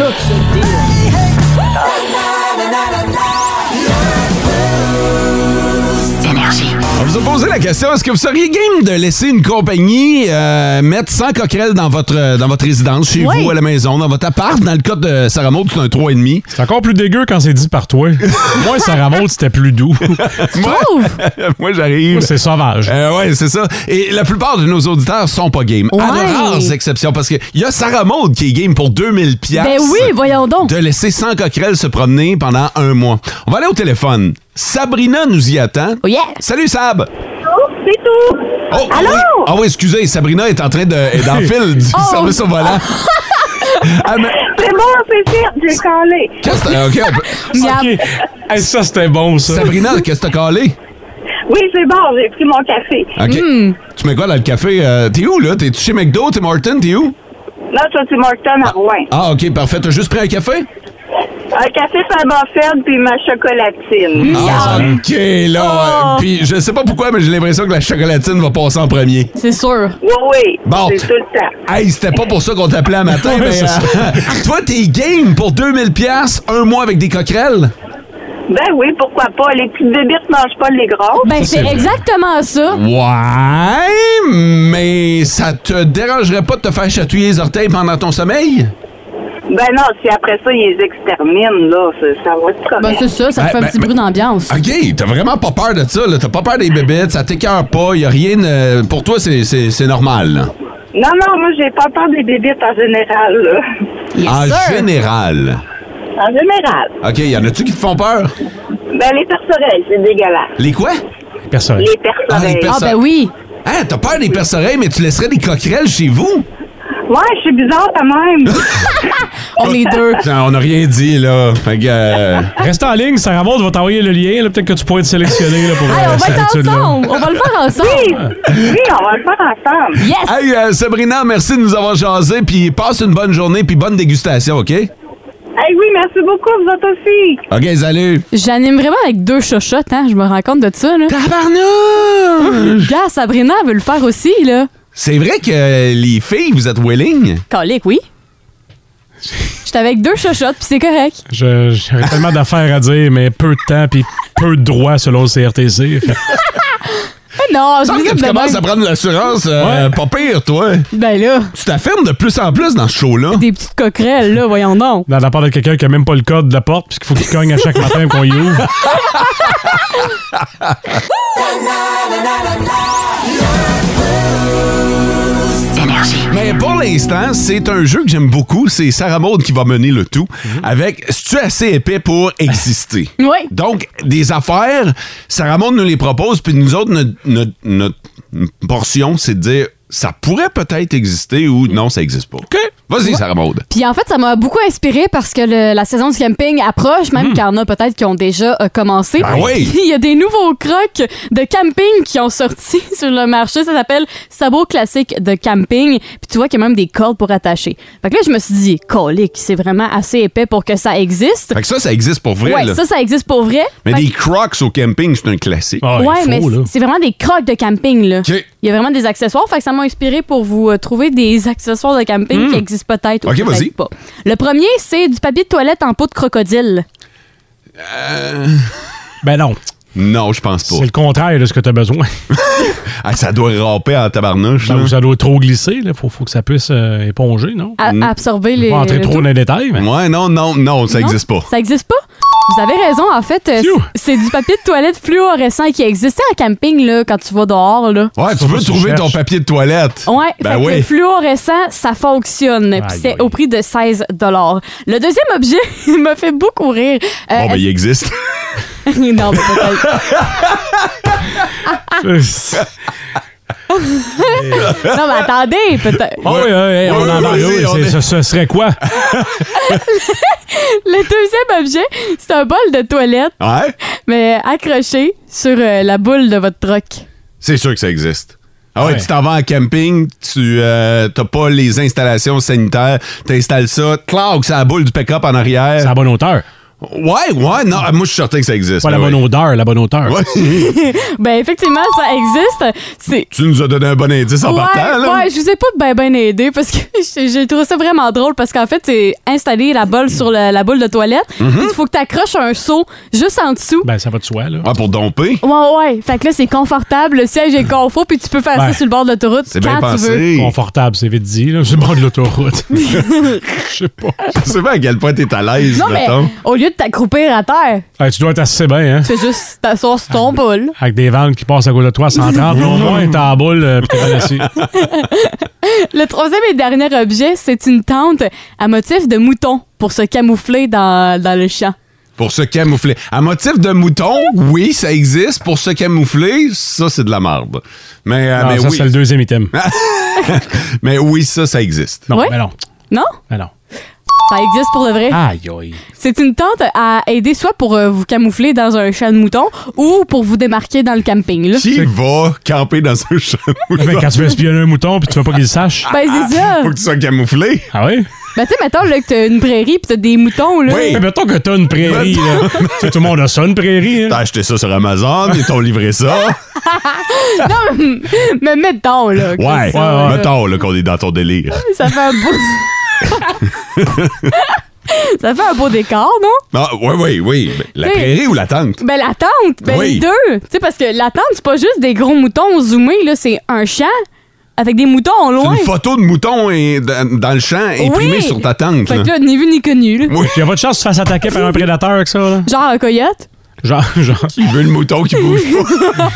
On vous a posé la question, est-ce que vous seriez game de laisser une compagnie euh, mettre 100 coquerelles dans votre, euh, dans votre résidence, chez Oui. vous, à la maison, dans votre appart? Dans le cas de Sarah Maud, c'est un 3,5. C'est encore plus dégueu quand c'est dit par toi. Moi, Sarah Maud, c'était plus doux. Moi, Trouve! moi j'arrive. c'est sauvage. Euh, ouais, c'est ça. Et la plupart de nos auditeurs sont pas game. Ouais. À de rares exceptions, parce qu'il y a Sarah Maud qui est game pour 2000 piastres. Ben oui, voyons donc. De laisser 100 coquerelles se promener pendant un mois. On va aller au téléphone. Sabrina nous y attend. Oh yeah. Salut Sab! C'est tout. Oh, Allô? Ah oui, Ah oui, excusez, Sabrina est en train de est en file du Oh. service au volant. ah, mais C'est bon, c'est fait. J'ai calé. qu'est-ce que t'as- ok, on peut- Miam. OK. Hey, ça, c'était bon, ça. Sabrina, qu'est-ce que t'as calé? Oui, c'est bon. J'ai pris mon café. OK. Hmm. Tu mets quoi dans le café? Euh, t'es où, là? T'es-tu chez McDo? T'es Martin? T'es où? Là, ça, c'est Morton à Rouen. Ah, OK, parfait. T'as juste pris un café? Un café Faber-Fed puis ma chocolatine. Ah, OK, Oh. là. euh, Puis je sais pas pourquoi, mais j'ai l'impression que la chocolatine va passer en premier. C'est sûr. Oui, oui. Bon. C'est tout le temps. Hey, c'était pas pour ça qu'on t'appelait un matin, Ouais, mais c'est ça. euh, toi, t'es game pour 2000 pièces un mois avec des coquerelles? Ben oui, pourquoi pas. Les petites bébites mangent pas les grosses. Ben, c'est vrai. exactement ça. Ouais, mais ça te dérangerait pas de te faire chatouiller les orteils pendant ton sommeil? Ben non, si après ça, ils les exterminent, là, ça, ça va être Ben, c'est ça, ça te Ben, fait ben, un petit ben- bruit d'ambiance. OK, t'as vraiment pas peur de ça, là. T'as pas peur des bébêtes, ça t'écœure pas, y a rien. euh, pour toi, c'est- c'est c'est normal, là. Non, non, moi, j'ai pas peur des bébites en général, là. en général. En général. OK, y en a-tu qui te font peur? Ben, les perce-oreilles, c'est dégueulasse. Les quoi? Personne. Les Ah, les perce-oreilles. perce- Ah, ben oui. Hein, t'as peur des perce-oreilles, mais tu laisserais des coquerelles chez vous? ouais, je suis bizarre quand même. On est deux. on n'a rien dit, là. Fait que. euh, Reste en ligne, Sarah Maud va t'envoyer le lien. là. Peut-être que tu pourrais te sélectionner là, pour Hey, euh, on va cette être étude-là. ensemble. On va le faire ensemble. oui, on va le faire ensemble. Yes! Hey, euh, Sabrina, merci de nous avoir jasé, puis passe une bonne journée, puis bonne dégustation, OK? Hey, oui, merci beaucoup, vous autres aussi. OK, salut. J'anime vraiment avec deux chochottes, hein. Je me rends compte de ça, là. Tabarnouche! Gars, Sabrina veut le faire aussi, là. C'est vrai que euh, les filles, vous êtes willing? Colique, oui. J'étais avec deux chochottes, puis c'est correct. Je- J'aurais tellement d'affaires à dire, mais peu de temps puis peu de droits selon le CRTC. Fait- Mais Ah non, je Tant vous que aime tu de commences même. à prendre l'assurance, euh, Ouais. pas pire, toi. Ben là, Tu t'affirmes de plus en plus dans ce show-là. des petites coquerelles, là, voyons donc. Dans la part de quelqu'un qui a même pas le code de la porte, puis qu'il faut qu'il cogne à chaque matin qu'on y ouvre. Mais pour l'instant, c'est un jeu que j'aime beaucoup. C'est Sarah Maud qui va mener le tout avec C'est-tu assez épais pour exister? Oui. Donc, des affaires, Sarah Maud nous les propose, puis nous autres, notre, notre- notre portion, c'est de dire ça pourrait peut-être exister ou non, ça n'existe pas. OK. Vas-y, Sarah Maud. Puis en fait, ça m'a beaucoup inspiré parce que le- la saison du camping approche, même qu'il y en a peut-être qui ont déjà euh, commencé. Hmm. Ben oui. Il y a des nouveaux crocs de camping qui ont sorti sur le marché. Ça s'appelle Sabot classique de camping. Puis tu vois qu'il y a même des cordes pour attacher. Fait que là, je me suis dit, colique, c'est vraiment assez épais pour que ça existe. Fait que ça, ça existe pour vrai. ouais, là. ça, ça existe pour vrai. Mais Fait des crocs au camping, c'est un classique. Ah, que- il ouais, faut, mais là. c'est vraiment des crocs de camping, là. OK. Il y a vraiment des accessoires. Fait que ça m'a inspiré pour vous euh, trouver des accessoires de camping qui existent peut-être ou Hmm. OK, peut-être vas-y. pas. Le premier, c'est du papier de toilette en peau de crocodile. Ben non, Non, je pense pas. c'est le contraire de ce que tu as besoin. Mhm. Ah, ça doit ramper en tabarnouche. Ben, là. ou ça doit trop glisser, il faut, faut que ça puisse euh, éponger, non? À, à absorber Ah, les. Pas entrer le trop tout. dans les détails, mais... Ouais, non, non, non, Hmm. ça Non, n'existe pas. Ça existe pas? Vous avez raison, en fait, euh, Phew. c'est du papier de toilette fluorescent qui existait en camping, là, quand tu vas dehors, là. Ouais, tu Ça, veux faut que tu trouver cherches. ton papier de toilette. Ouais, ben fait que le oui. fluorescent, ça fonctionne. Puis Aïe, c'est aïe. au prix de 16 Le deuxième objet il me fait beaucoup rire. Euh, Bon, ben, il existe. non, mais peut-être. Ah! Non, mais attendez, peut-être. Oh, oui, oui, oui, Ah Oui, on en oui, parle. oui, oui, on c'est- est- Ce, ce serait quoi? Le deuxième objet, c'est un bol de toilette, Ouais? mais accroché sur euh, la boule de votre truck. C'est sûr que ça existe. Ah ouais, Ouais. tu t'en vas en camping, tu euh, t'as pas les installations sanitaires, t'installes ça, clac, c'est la boule du pick-up en C'est arrière. la bonne hauteur. Ouais, ouais, non, euh, moi je suis certain que ça existe. Pas la ben bonne oui. odeur, la bonne hauteur. Ouais. Ben, effectivement, ça existe. C'est. tu nous as donné un bon indice en Ouais, partant, Ah, ben, là. ouais, je vous ai pas ben ben aidé parce que j'ai j'ai trouvé ça vraiment drôle parce qu'en fait, c'est installer la boule sur la, la boule de toilette. Mhm. Il faut que tu accroches un seau juste en dessous. Ben, ça va de soi, là. Ah, pour domper, Ouais, ouais. Fait que là, c'est confortable. Le siège est confort, puis tu peux faire ça Ouais. sur le bord de l'autoroute c'est quand bien tu veux. pensé. Confortable, c'est vite dit, là. Sur le bord de l'autoroute. Je sais pas. Je sais pas à quel point t'es à l'aise, Non, mais mettons. au lieu de t'accroupir à terre, Hey, tu dois être assez bien, hein? tu fais juste t'asseoir sur ton bol. Avec des ventes qui passent à côté de toi, 130, au moins, t'as en boule, euh, pis t'es bien assis. Ah, Le troisième et dernier objet, c'est une tente à motif de mouton pour se camoufler dans, dans le champ. Pour se camoufler. À motif de mouton, oui, ça existe. Pour se camoufler, ça, c'est de la marde. Mais, euh, Non, mais ça, oui. Ah. c'est le deuxième item. Mais oui, ça, ça existe. Non, Ouais? mais non. Non? Mais non. Ça existe pour de vrai. Ah. Aïe, aïe. C'est une tente à aider soit pour euh, vous camoufler dans un champ de moutons ou pour vous démarquer dans le camping. Là. Qui va camper dans un champ de mouton? Ah, Mais quand tu veux espionner un mouton puis tu veux pas qu'il le sache. Ah. Ben, c'est ça. Faut que tu sois camouflé. Ah oui? Ben, tu sais, mettons là, que t'as une prairie pis t'as des moutons, là. Oui. Mais mettons que t'as une prairie, là. Tu sais, tout le monde a ça, une prairie. T'as hein. acheté ça sur Amazon, ils t'ont livré ça. Mais mettons, là. que Ouais, ouais, ça, là. mettons là, qu'on est dans ton délire. Ça fait un beau. ça fait un beau décor, non? Ah, oui, oui, oui. Ben, La T'sais- prairie ou la tente? Ben, la tente, ben, Oui. les deux. Tu sais, parce que la tente, c'est pas juste des gros moutons zoomés, là, c'est un champ. avec des moutons, C'est loin. une photo de mouton et- dans, dans le champ imprimée Oui! sur ta tente. Fait que là. là, ni vu ni connu. là. Il y a pas de chance que tu te fasses attaquer par un prédateur avec ça, là. Genre un coyote. Genre, genre. Il veut le mouton qui bouge pas.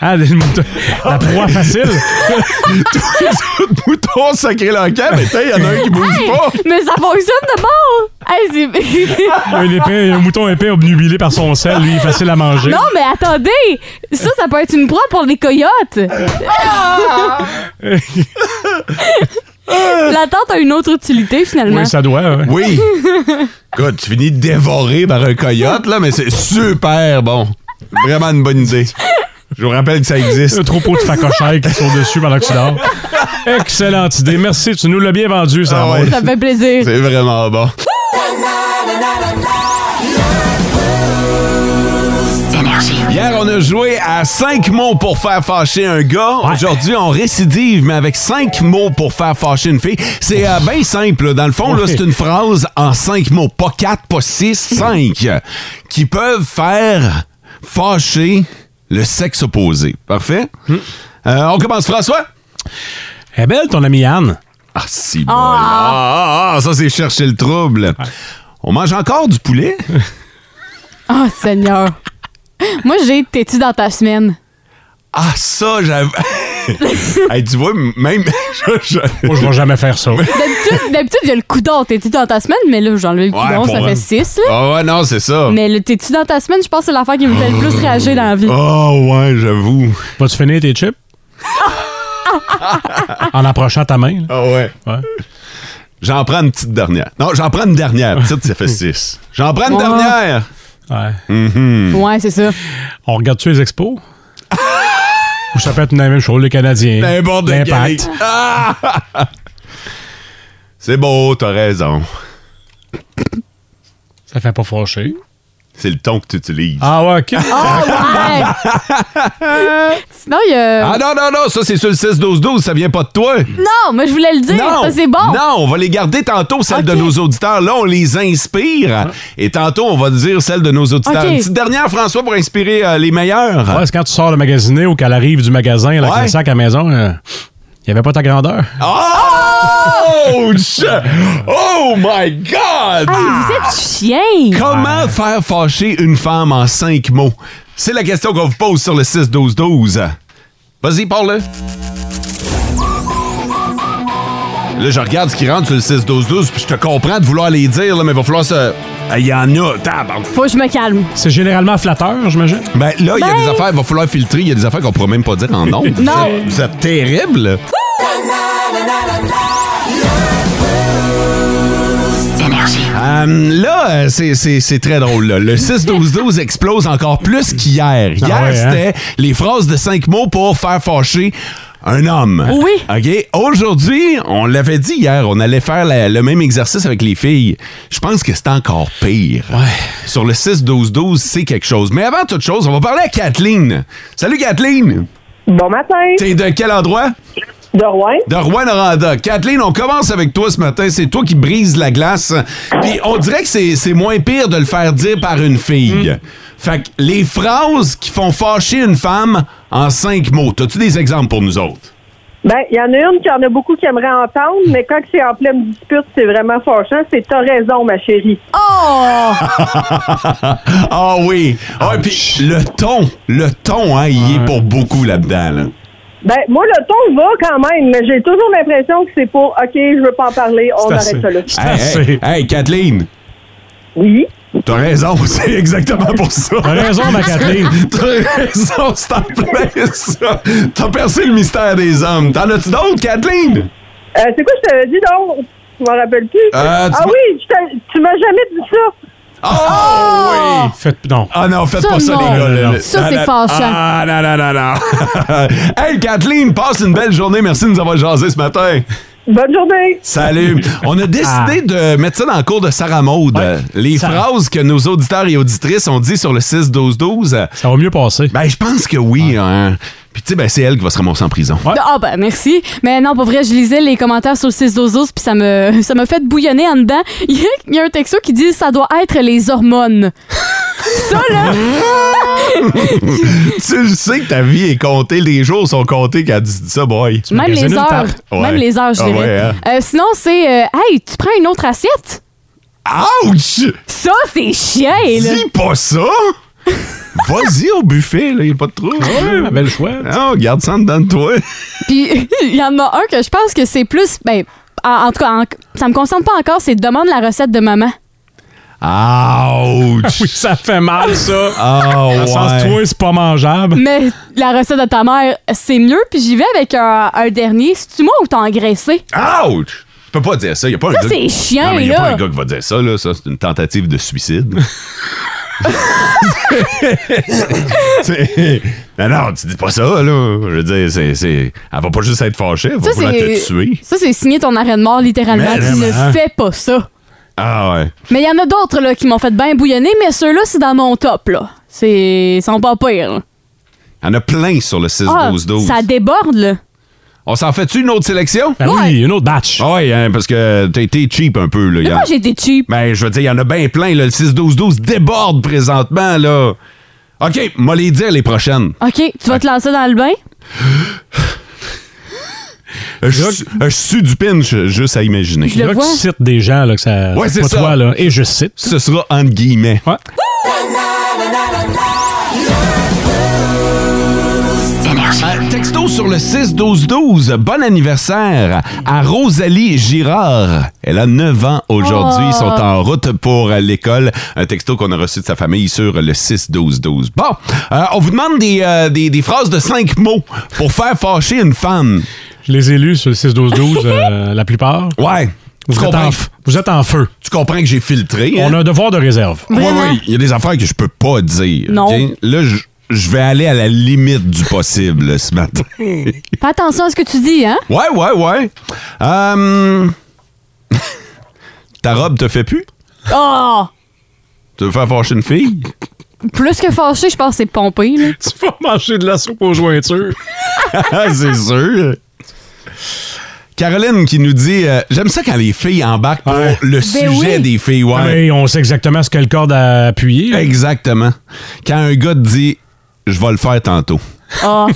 Ah, le mouton- la proie facile. Les autres moutons sacrés leur camp, mais tiens, il y en a un qui bouge Hey, pas. mais ça fonctionne de bon! Hey, c'est- Un, épais, un mouton épais obnubilé par son sel, lui, facile à manger. non, mais attendez! Ça, ça peut être une proie pour les coyotes! Ah! La tente a une autre utilité, finalement. Oui, ça doit. ouais. Oui. God, tu finis dévoré par un coyote, là, mais c'est super bon. Vraiment une bonne idée. Je vous rappelle que ça existe. Un troupeau de facochères qui sont dessus pendant que tu dors. Excellente idée. Merci. Tu nous l'as bien vendu, ça. Ah ouais. Ça me fait plaisir. C'est vraiment bon. Hier, on a joué à 5 mots pour faire fâcher un gars. Aujourd'hui, on récidive, mais avec 5 mots pour faire fâcher une fille. C'est euh, bien simple. Dans le fond, là, Ouais. c'est une phrase en 5 mots. Pas 4, pas 6, 5. Qui peuvent faire fâcher le sexe opposé. Parfait? Euh, on commence, François? Elle est belle, ton amie Anne. Ah, si bon. Ah, ah, ah, ça, c'est chercher le trouble. On mange encore du poulet? Oh, Seigneur. Moi, j'ai T'es-tu dans ta semaine? Ah, ça, j'avoue. hey, tu vois, même. je- je- Moi, je vais jamais faire ça. D'habitude, d'habitude, il y a le coup d'or. T'es-tu dans ta semaine? Mais là, j'ai enlevé le coup Ouais, d'or, pour ça un- fait 6. là. Ah ouais, non, c'est ça. Mais le t'es-tu dans ta semaine? Je pense que c'est l'affaire qui me fait le plus réagir dans la vie. Oh ouais, j'avoue. Vas-tu finir tes chips? en approchant ta main. là. Ah ouais. Ouais. J'en prends une petite dernière. Non, j'en prends une dernière. Petite, ça fait six. J'en prends une Ouais. dernière. Ouais. Ah. Ouais, c'est ça. On regarde-tu les expos? Ou ça peut être la même chose, les Canadiens. N'importe quel. L'impact. Ah! C'est beau, t'as raison. Ça fait pas fâcher. C'est le ton que tu utilises. Ah ouais, OK. Oh, Ah, ouais! Sinon, il y a. Ah non, non, non, ça c'est sur le 6-12-12, ça vient pas de toi. Non, mais je voulais le dire. Ça, c'est bon. Non, on va les garder tantôt, celles de Ok. nos auditeurs. Là, on les inspire. Et tantôt, on va dire celles de nos auditeurs. Ok. Une petite dernière, François, pour inspirer euh, les meilleurs. Ouais, c'est quand tu sors le magasiner ou qu'elle arrive du magasin, elle a Ouais. Ah. le sac à la maison, euh, il n'y avait pas ta grandeur. Oh! Ouch! Oh my Hey, God! vous êtes chien! Comment faire fâcher une femme en cinq mots? C'est la question qu'on vous pose sur le 6-12-12. Vas-y, parle-le. Là, je regarde ce qui rentre sur le 6-12-12, puis je te comprends de vouloir les dire, là, mais il va falloir se... Il y en a, tabarnak. Faut que je me calme. C'est généralement flatteur, j'imagine. Ben là, il y a Ben- des affaires, il va falloir filtrer, il y a des affaires qu'on pourra même pas dire en nombre. Non. Vous êtes terrible. Euh, là, euh, c'est- c'est c'est très drôle. là. Le 6-12-12 explose encore plus qu'hier. Hier, ouais, hein? c'était les phrases de cinq mots pour faire fâcher un homme. Oui. OK? Aujourd'hui, on l'avait dit hier, on allait faire la- le même exercice avec les filles. Je pense que c'est encore pire. Sur le 6-12-12, c'est quelque chose. Mais avant toute chose, on va parler à Kathleen. Salut, Kathleen! Bon matin, T'es de quel endroit? de Rouen. De Rouen-Noranda. Kathleen, on commence avec toi ce matin. C'est toi qui brises la glace. Puis on dirait que c'est c'est moins pire de le faire dire par une fille. Fait que les phrases qui font fâcher une femme en cinq mots. T'as-tu des exemples pour nous autres? Ben, il y en a une qu'il y en a beaucoup qui aimeraient entendre, mais quand c'est en pleine dispute, c'est vraiment fâchant. C'est t'as raison, ma chérie. Oh! Ah oui! Ah, puis le ton, le ton, hein, il est pour beaucoup là-dedans. là. Ben, moi, le ton va quand même, mais j'ai toujours l'impression que c'est pour OK, je veux pas en parler, on C'est arrête assez. ça là. C'est Hey, assez. hey, hey, Kathleen, Oui. t'as raison, c'est exactement pour ça. T'as raison, ma Kathleen. T'as raison, c'est en plein ça. T'as percé le mystère des hommes. T'en as-tu d'autres, Kathleen? Euh, c'est quoi, je te dis donc? Je m'en rappelle plus. Euh, tu ah m'as- oui, je te- tu m'as jamais dit ça. Oh, oui! Faites, non. Ah non, faites Ça, pas ça, non. les gars. là. Ça, Non, c'est non. fâchant. Ah non, non, non, non. hey, Kathleen, passe une belle journée. Merci de nous avoir jasé ce matin. Bonne journée. Salut. On a décidé de mettre ça dans le cours de Sarah Maud. Ah. Ouais. Euh, Les Ça- phrases que nos auditeurs et auditrices ont dit sur le 6-12-12. euh, Ça va mieux passer. Ben, je pense que oui. hein. Puis, tu sais, ben, c'est elle qui va se ramasser en prison. Ah, ben, merci. Mais non, pour vrai, je lisais les commentaires sur le 6 12 puis ça me, ça m'a fait bouillonner en dedans. Il y, a, il y a un texto qui dit ça doit être les hormones. ça, là. tu le sais que ta vie est comptée, les jours sont comptés quand tu dis ça, boy. Même les heures. Ouais. Même les heures, je Ah dirais. ouais, hein? Euh, sinon, c'est euh, Hey, tu prends une autre assiette? Ouch! Ça, c'est chiant, là. Dis pas ça! Vas-y au buffet, là, y a pas de trou. Ouais, ma belle chouette. Oh, garde ça en dedans de toi. Puis il y en a un que je pense que c'est plus. Ben, en, en tout cas, en- ça me concerne pas encore, c'est demande la recette de maman. Ouch! Oui, ça fait mal, ça. Oh, Dans le sens, ouais. toi, c'est pas mangeable. Mais la recette de ta mère, c'est mieux. Puis j'y vais avec un, un dernier. C'est-tu moi ou t'as engraissé? Ouch! Tu peux pas dire ça. Y a pas Ça, un gars... c'est chiant, Non, mais y a pas là. un gars qui va dire ça, là. Ça, c'est une tentative de suicide. C'est- non, non, tu dis pas ça, là. Je veux dire, c'est, c'est... elle va pas juste être fâchée, elle va Ça, vouloir te c'est. tuer. Ça, c'est signer ton arrêt de mort, littéralement. Mais tu ne vraiment. fais pas ça. Ah ouais. Mais il y en a d'autres là, qui m'ont fait bien bouillonner, mais ceux-là, c'est dans mon top. là. C'est... Ils sont pas pires. là. Il y en a plein sur le 6-12-12. Ah, ça déborde, là. On s'en fait-tu une autre sélection? Ben Ouais. oui, une autre batch. Ah ouais, hein, parce que t'as été cheap un peu, là. Mais Y en- moi, j'ai été cheap. Ben, je veux dire, il y en a bien plein, là. Le 6-12-12 déborde présentement, là. OK, m'a les dire les prochaines. OK, tu vas te lancer dans le bain? Euh, Je su- euh, je sue du pinch euh, juste à imaginer. Je le là que vois. tu cites des gens, là, que ça. Ouais, c'est pas ça. toi, là. Et je cite. Ce sera entre guillemets. Ouais. Euh, texto sur le 6-12-12. Bon anniversaire à Rosalie Girard. Elle a 9 ans aujourd'hui. Ils sont en route pour euh, l'école. Un texto qu'on a reçu de sa famille sur le 6-12-12. Bon, euh, on vous demande des, euh, des, des phrases de 5 mots pour faire fâcher une femme. Je les ai lus sur le 6-12-12, euh, la plupart. Ouais. Tu Vous êtes, comprends, en, vous êtes en feu. tu comprends que j'ai filtré. hein? On a un devoir de réserve. Oui, Vraiment? oui, il y a des affaires que je peux pas dire. Non. ok? Là, je- je vais aller à la limite du possible là, ce matin. Fais attention à ce que tu dis, hein? Ouais, ouais, ouais. Hum, Ta robe te fait plus? Oh! Tu veux faire fâcher une fille? Plus que fâché, je pense que c'est pompé, là. Tu vas manger de la soupe aux jointures. C'est sûr. Caroline qui nous dit euh, J'aime ça quand les filles embarquent pour Ouais. le sujet Ben oui. des filles. Ouais. Mais on sait exactement ce que le corps a appuyé. Exactement. Quand un gars te dit Je vais le faire tantôt. Ah.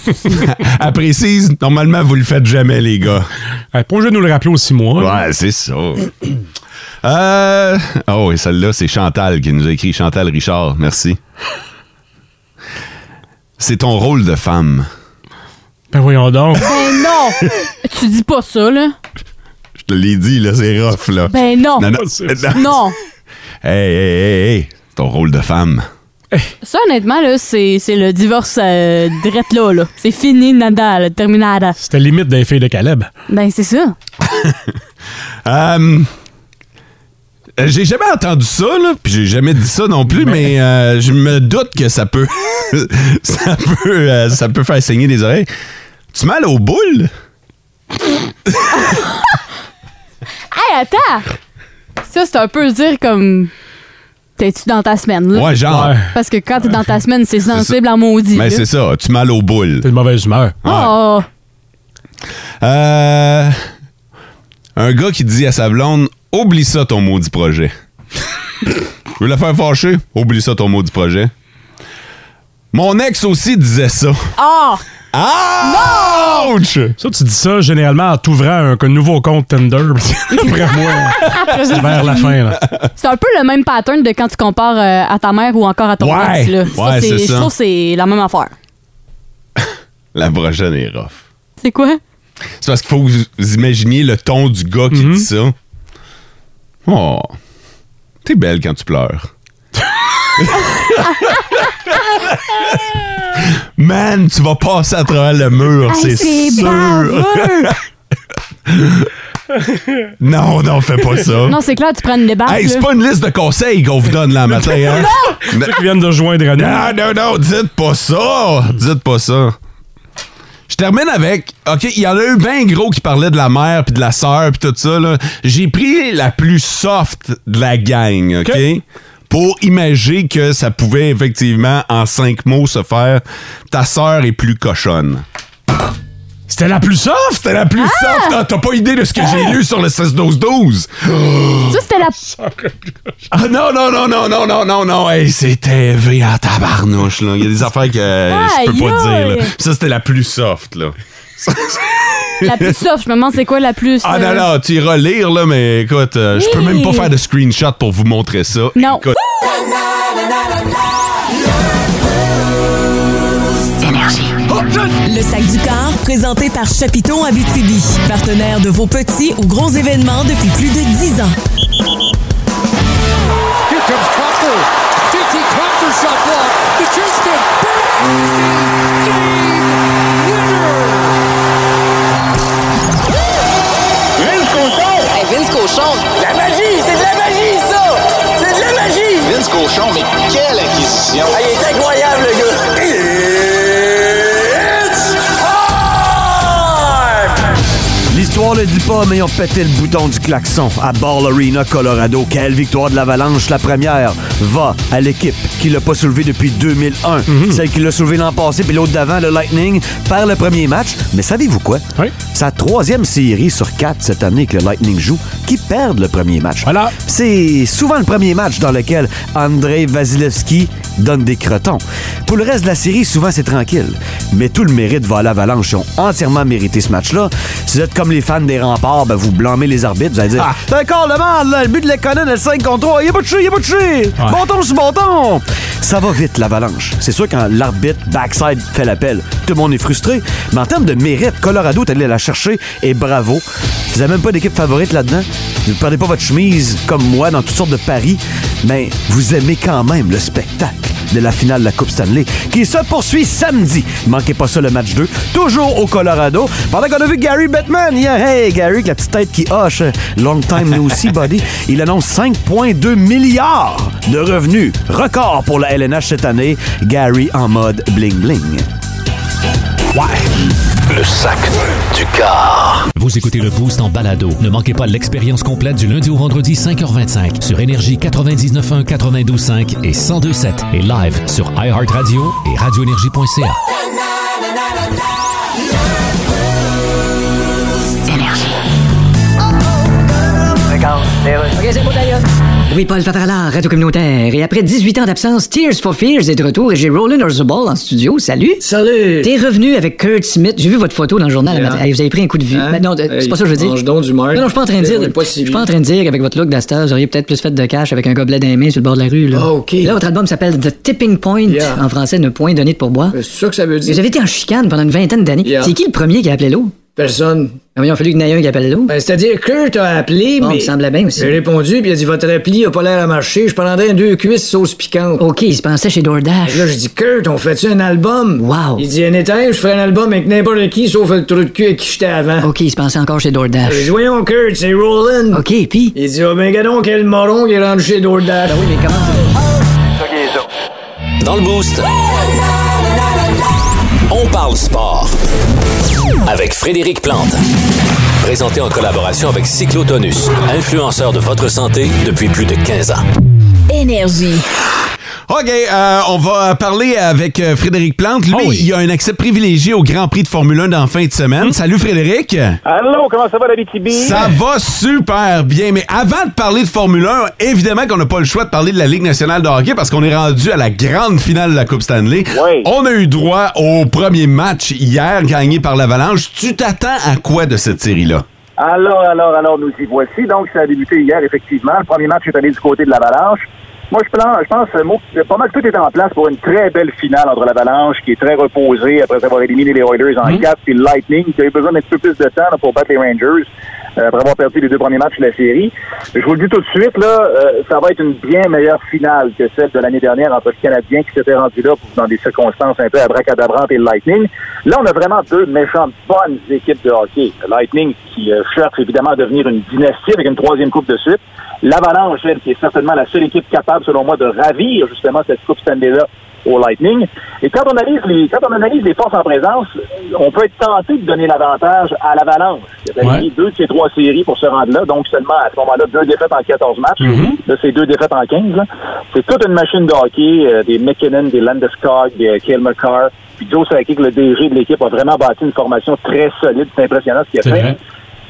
Elle précise Normalement, vous le faites jamais, les gars. Hey, Pour je nous le rappeler aux six mois. là. Ouais, c'est ça. Euh, Oh, et celle-là, c'est Chantal qui nous a écrit. Chantal Richard, merci. C'est ton rôle de femme. Ben voyons donc. Ben non! tu dis pas ça, là. Je te l'ai dit, là, c'est rough, là. Ben non! non, non, c'est- non. Non. Hey, hey, hey, hey, ton rôle de femme. Ça, honnêtement, là, c'est, c'est le divorce euh, drette là, là. C'est fini, nada, là, terminada. C'était limite des filles de Caleb. Ben, c'est ça. Euh, euh, j'ai jamais entendu ça, là, puis j'ai jamais dit ça non plus, mais, euh, je me doute que ça peut, ça peut, euh, ça peut faire saigner les oreilles. Tu mal aux boules? Hey, attends! Ça, c'est un peu dire comme. T'es-tu dans ta semaine, là? Ouais, genre. Ouais. Parce que quand t'es dans ta semaine, c'est sensible en maudit. Mais là. Ben, c'est ça, tu mal aux boules. T'es de mauvaise humeur. Oh! Euh, un gars qui dit à sa blonde Oublie ça ton maudit projet. Je veux la faire fâcher Oublie ça ton maudit projet. Mon ex aussi disait ça. Ah! Ah! Ouch! Ça, tu dis ça généralement en t'ouvrant un, un nouveau compte Tinder. Après moi, c'est vers la fin. Là. C'est un peu le même pattern de quand tu compares euh, à ta mère ou encore à ton Ouais. ex. Là. Ouais, c'est Je ça. trouve que c'est la même affaire. La prochaine est rough. C'est quoi? C'est parce qu'il faut que vous- vous imaginiez le ton du gars qui dit ça. Oh. T'es belle quand tu pleures. Man, tu vas passer à travers le mur, c'est sûr. baveux! Non, non, fais pas ça. non, c'est clair, tu prends une débarque. Hey, c'est là. pas une liste de conseils qu'on vous donne là matin. Hein? Ceux qui viennent de joindre à nous. Ah, Non, non, non, dites pas ça. Dites pas ça. Je termine avec, OK, il y en a eu bien gros qui parlaient de la mère, puis de la sœur, puis tout ça. là. J'ai pris la plus soft de la gang, OK? OK. Pour imaginer que ça pouvait effectivement, en cinq mots, se faire « ta sœur est plus cochonne ». C'était la plus soft! C'était la plus soft! Ah, T'as pas idée de ce que j'ai lu sur le 16-12-12! Ça, c'était la. Ah non, non, non, non, non, non, non, non! Hey, c'était élevé en tabarnouche, là. Il y a des affaires que euh, je peux pas Aïe, dire, là. aïe. Ça, c'était la plus soft, là. La plus soft. Je me demande c'est quoi la plus. Ah non, euh, non, tu iras lire, là, mais écoute, euh, je peux Oui. même pas faire de screenshot pour vous montrer ça. Non. Écoute, Le sac du corps, présenté par Chapiton Abitibi, partenaire de vos petits ou gros événements depuis plus de 10 ans. Vince Cochon! Vince Cochon, La magie! C'est de la magie, ça! C'est de la magie! Vince Cochon, mais quelle acquisition! Ah, il est incroyable, le gars! It's time! L'histoire le dit pas, mais on pété le bouton du klaxon à Ball Arena, Colorado. Quelle victoire de l'Avalanche, la première, va à l'équipe qui l'a pas soulevé depuis 2001. Celle qui l'a soulevé l'an passé, puis l'autre d'avant, le Lightning, perd le premier match. Mais savez-vous quoi? Sa troisième série sur quatre cette année que le Lightning joue, qui perd le premier match. Voilà. C'est souvent le premier match dans lequel Andrei Vasilevski donne des crotons. Pour le reste de la série, souvent c'est tranquille. Mais tout le mérite va à l'Avalanche. Ils ont entièrement mérité ce match-là. Si vous êtes comme les fans des remparts, ben vous blâmez les arbitres. Vous allez dire C'est un corps de merde, là. Le but de l'Econon, le 5 contre 3. Il a pas de touché, il a pas de touché. Bâton sur bâton. Ça va vite, l'Avalanche. C'est sûr, quand l'arbitre backside fait l'appel, tout le monde est frustré. Mais en termes de mérite, Colorado est allé la chercher et bravo. Vous n'avez même pas d'équipe favorite là-dedans. Vous ne perdez pas votre chemise comme moi dans toutes sortes de paris. Mais vous aimez quand même le spectacle de la finale de la Coupe Stanley qui se poursuit samedi. Manquez pas ça le match 2, toujours au Colorado. Pendant qu'on a vu Gary Bettman hier, hey Gary, avec la petite tête qui hoche, euh, long time no see buddy, il annonce 5,2 milliards de revenus. Record pour la LNH cette année. Gary en mode bling bling. Le sac du car. Vous écoutez le Boost en balado. Ne manquez pas l'expérience complète du lundi au vendredi 5h25 sur Énergie 99.1, 92.5 et 102.7 et live sur iHeartRadio et radioénergie.ca. Louis-Paul Favarala, Radio Communautaire. Et après 18 ans d'absence, Tears for Fears est de retour et j'ai Roland Orzabal en studio. Salut! Salut! T'es revenu avec Kurt Smith. J'ai vu votre photo dans le journal. Yeah. le matin. Hey, vous avez pris un coup de vue. Hein? Mais non, euh, c'est Hey, pas ça que je veux dire. mange donc du Non, merde. non, je suis pas en train de dire. C'est pas si Je suis pas en train de dire, avec votre look d'Astor, vous auriez peut-être plus fait de cash avec un gobelet dans les mains sur le bord de la rue. Là, là votre album s'appelle The Tipping Point. Ah, Yeah. Euh, En français, ne point donner de pourboire. C'est sûr que ça veut dire. Vous avez été en chicane pendant une vingtaine d'années. Yeah. C'est qui le premier qui a appelé l'eau? Personne. Ah oui, il a fallu qu'il y en ait un qui appelle l'eau. Ben, c'est-à-dire, Kurt a appelé, Bon, mais. il semblait bien aussi. J'ai répondu, puis il a dit Votre appli a pas l'air à marcher, je prendrais un deux cuisses sauce piquante. OK, il se pensait chez DoorDash. Là, j'ai dit Kurt, on fait-tu un album Wow. Il dit Un étage, je ferai un album avec n'importe qui, sauf le trou de cul avec qui j'étais avant. OK, il se pensait encore chez DoorDash. J'ai dit Voyons, Kurt, c'est Roland. Oh, OK, puis. Il dit Oh, ben, regarde donc quel moron qui est rendu chez DoorDash. Ben oui, mais comment Dans le boost, on parle sport. Avec Frédéric Plante. Présenté en collaboration avec Cyclotonus, influenceur de votre santé depuis plus de 15 ans. Énergie. OK, euh, on va parler avec euh, Frédéric Plante. Lui, il a un accès privilégié au Grand Prix de Formule 1 dans fin de Hum. semaine. Salut Frédéric! Allô, comment ça va la BTB? Ça va super bien, mais avant de parler de Formule 1, évidemment qu'on n'a pas le choix de parler de la Ligue nationale de hockey parce qu'on est rendu à la grande finale de la Coupe Stanley. On a eu droit au premier match hier gagné par l'Avalanche. Tu t'attends à quoi de cette série-là? Alors, alors, alors, nous y voici. Donc, ça a débuté hier, effectivement. Le premier match est allé du côté de l'Avalanche. Moi, je pense, je pense euh, moi, pas mal tout est en place pour une très belle finale entre l'Avalanche, qui est très reposée après avoir éliminé les Oilers en 4, puis le Lightning, qui a eu besoin d'un petit peu plus de temps là, pour battre les Rangers, euh, après avoir perdu les deux premiers matchs de la série. Je vous le dis tout de suite, là, euh, ça va être une bien meilleure finale que celle de l'année dernière entre le Canadien qui s'était rendu là pour- dans des circonstances un peu abracadabrantes et le Lightning. Là, on a vraiment deux méchantes bonnes équipes de hockey. Le Lightning qui euh, cherche évidemment à devenir une dynastie avec une troisième coupe de suite. L'Avalanche, elle, qui est certainement la seule équipe capable, selon moi, de ravir justement cette coupe Stanley-là au Lightning. Et quand on analyse les, quand on analyse les forces en présence, on peut être tenté de donner l'avantage à l'Avalanche. Il a gagné deux de ses trois séries pour se rendre là, donc seulement à ce moment-là, deux défaites en 14 matchs. Mm-hmm. Là, c'est deux défaites en 15. là. C'est toute une machine de hockey, euh, des McKinnon, des Landeskog, des Kyle McCarr, puis Joe Sakic, le DG de l'équipe, a vraiment bâti une formation très solide. C'est impressionnant ce qu'il a C'est fait. vrai.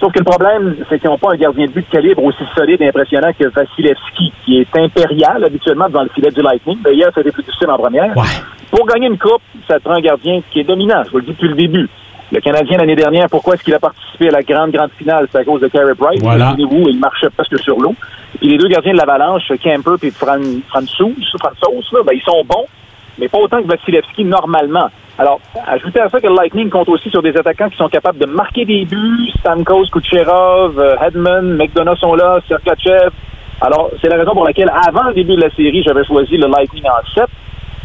Sauf que le problème, c'est qu'ils n'ont pas un gardien de but de calibre aussi solide et impressionnant que Vasilevski, qui est impérial habituellement devant le filet du Lightning. D'ailleurs, c'était plus difficile en première. Pour gagner une coupe, ça te prend un gardien qui est dominant, je vous le dis depuis le début. Le Canadien, l'année dernière, pourquoi est-ce qu'il a participé à la grande, grande finale? C'est à cause de Carey Price. Voilà. Souvenez-vous, il marchait presque sur l'eau. Puis les deux gardiens de l'Avalanche, Camper et Fran, Fransouz, Fransos, là, ben, ils sont bons, mais pas autant que Vasilevski normalement. Alors, ajoutez à ça que le Lightning compte aussi sur des attaquants qui sont capables de marquer des buts. Stamkos, Kucherov, euh, Hedman, McDonough sont là, Sergachev. Alors, c'est la raison pour laquelle, avant le début de la série, j'avais choisi le Lightning en 7.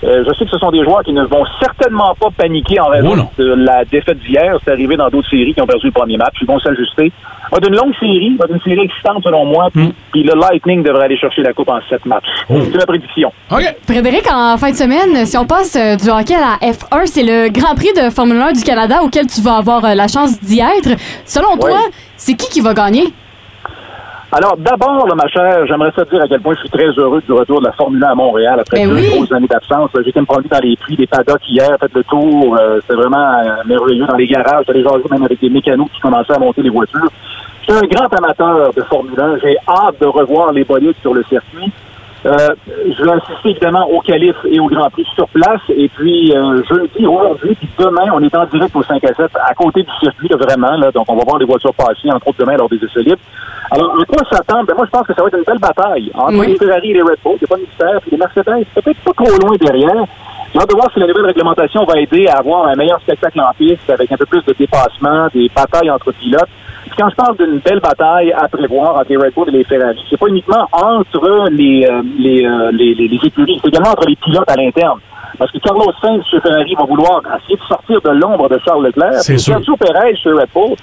Euh, je sais que ce sont des joueurs qui ne vont certainement pas paniquer en Oh, raison de la défaite d'hier. C'est arrivé dans d'autres séries qui ont perdu le premier match. Ils vont s'ajuster. Ça va être une longue série, ça va être une série excitante selon moi. Hmm. Puis le Lightning devrait aller chercher la coupe en sept matchs. C'est ma prédiction. Frédéric, en fin de semaine, si on passe euh, du hockey à la F1, c'est le Grand Prix de Formule 1 du Canada auquel tu vas avoir euh, la chance d'y être. Selon toi, c'est qui qui va gagner? Alors, d'abord, là, ma chère, j'aimerais ça te dire à quel point je suis très heureux du retour de la Formule 1 à Montréal après Ben deux oui. grosses années d'absence. J'étais me promener dans les puits, des paddocks hier, fait le tour. euh, C'était vraiment euh, merveilleux dans les garages. J'allais jaser même avec des mécanos qui commençaient à monter les voitures. Je suis un grand amateur de Formule 1. J'ai hâte de revoir les bolides sur le circuit. Euh, je vais assister évidemment au Calif et au Grand Prix sur place. Et puis euh, jeudi, aujourd'hui, puis demain, on est en direct au 5 à 7 à côté du circuit, là, vraiment. Là, donc on va voir les voitures passer, entre autres demain lors des essais libres. Alors, à quoi s'attendre? Ben, moi, je pense que ça va être une belle bataille entre Oui. les Ferrari et les Red Bull. Il n'y a pas de mystère. Puis les Mercedes, c'est peut-être pas trop loin derrière. J'ai hâte de voir si la nouvelle réglementation va aider à avoir un meilleur spectacle en piste avec un peu plus de dépassement, des batailles entre pilotes. Puis quand je parle d'une belle bataille à prévoir entre les Red Bull et les Ferrari, c'est pas uniquement entre les, euh, les, euh, les, les- les écuries, c'est également entre les pilotes à l'interne. Parce que Carlos Sainz chez Ferrari va vouloir essayer de sortir de l'ombre de Charles Leclerc. C'est Puis sûr. Sergio Perez chez Red Bull,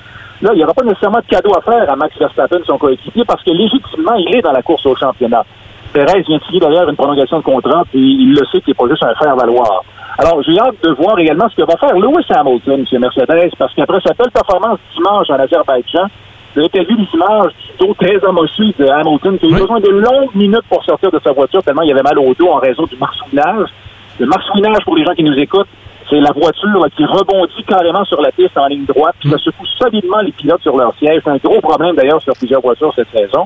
là, il n'y aura pas nécessairement de cadeau à faire à Max Verstappen, son coéquipier, parce que légitimement, il est dans la course au championnat. Perez vient de signer d'ailleurs une prolongation de contrat, puis il le sait qu'il n'est pas juste un faire-valoir. Alors, j'ai hâte de voir également ce que va faire Lewis Hamilton chez Mercedes, parce qu'après sa belle performance dimanche en Azerbaïdjan, vous avez peut-être vu les images du dos très émotif de Hamilton, qui a eu besoin de longues minutes pour sortir de sa voiture, tellement il avait mal au dos en raison du marsouinage. Le marsouinage, pour les gens qui nous écoutent, c'est la voiture là, qui rebondit carrément sur la piste en ligne droite, puis ça secoue solidement les pilotes sur leur siège. C'est un gros problème d'ailleurs sur plusieurs voitures cette saison.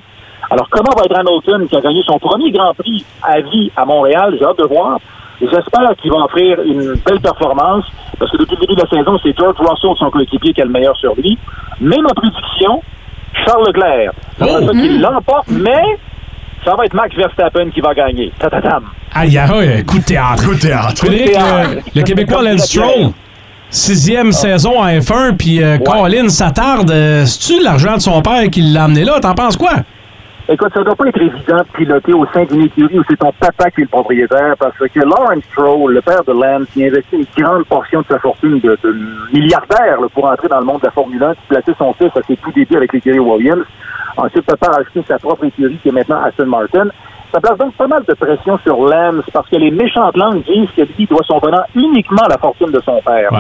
Alors, comment va être Hamilton qui a gagné son premier Grand Prix à vie à Montréal? J'ai hâte de voir. J'espère qu'il va offrir une belle performance parce que depuis le début de la saison, c'est George Russell, son coéquipier, qui a le meilleur sur lui. Mais ma prédiction, Charles Leclerc. Ça va être ça qui l'emporte, mais ça va être Max Verstappen qui va gagner. Ta-ta-tam. Aïe, aïe, coup de théâtre. Coup de théâtre. Frédéric, euh, Coup de théâtre. Ah. le, le Québécois Lance Stroll, sixième saison en F1, puis euh, Colin, ça tarde. Euh, C'est-tu l'argent de son père qui l'a amené là? T'en penses quoi? Écoute, ça doit pas être évident de piloter au sein d'une écurie où c'est ton papa qui est le propriétaire, parce que Lawrence Stroll, le père de Lance, qui investit une grande portion de sa fortune de, de milliardaire là, pour entrer dans le monde de la Formule 1, qui plaçait son fils à ses tout débuts avec l'écurie Williams. Ensuite, papa a acheté sa propre écurie qui est maintenant Aston Martin. Ça place donc pas mal de pression sur Lance parce que les méchantes langues disent que lui doit son venant uniquement à la fortune de son père.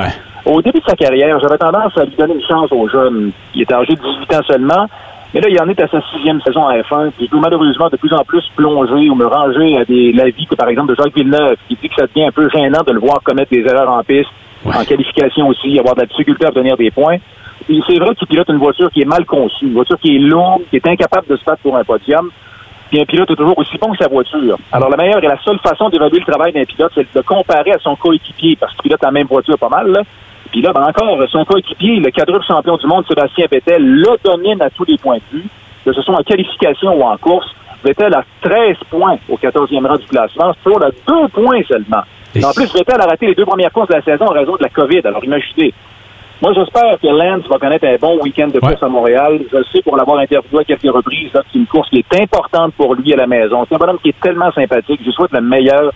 Au début de sa carrière, j'avais tendance à lui donner une chance aux jeunes. Il était âgé de 18 ans seulement. Mais là, il en est à sa sixième saison en F1, puis je dois malheureusement de plus en plus plonger ou me ranger à des l'avis que, par exemple, de Jacques Villeneuve, qui dit que ça devient un peu gênant de le voir commettre des erreurs en piste, en qualification aussi, avoir de la difficulté à obtenir des points. Puis c'est vrai qu'il pilote une voiture qui est mal conçue, une voiture qui est longue, qui est incapable de se battre pour un podium. Puis un pilote est toujours aussi bon que sa voiture. Alors la meilleure et la seule façon d'évaluer le travail d'un pilote, c'est de le comparer à son coéquipier, parce qu'il pilote la même voiture pas mal. Là. Puis là, ben encore, son coéquipier, le quadruple champion du monde, Sébastien Vettel, le domine à tous les points de vue, que ce soit en qualification ou en course. Vettel a 13 points au 14e rang du classement. Stroll a 2 points seulement. Et en plus, Vettel a raté les deux premières courses de la saison en raison de la COVID. Alors imaginez, moi, j'espère que Lance va connaître un bon week-end de course à Montréal. Je sais, pour l'avoir interviewé à quelques reprises, là, que c'est une course qui est importante pour lui à la maison. C'est un bonhomme qui est tellement sympathique. Je lui souhaite le meilleur.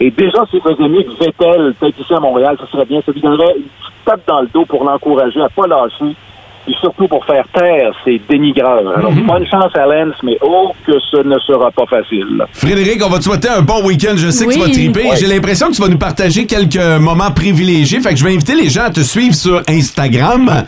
Et déjà, s'il faisait mieux que Vettel, peut-être ici à Montréal, ça serait bien. Ça lui donnerait une petite tape dans le dos pour l'encourager à pas lâcher puis surtout pour faire taire ces dénigreurs. Alors, bonne chance à Lens, mais oh que ce ne sera pas facile. Frédéric, on va te souhaiter un bon week-end. Je sais que tu vas Oui. triper. Ouais. J'ai l'impression que tu vas nous partager quelques moments privilégiés. Fait que je vais inviter les gens à te suivre sur Instagram.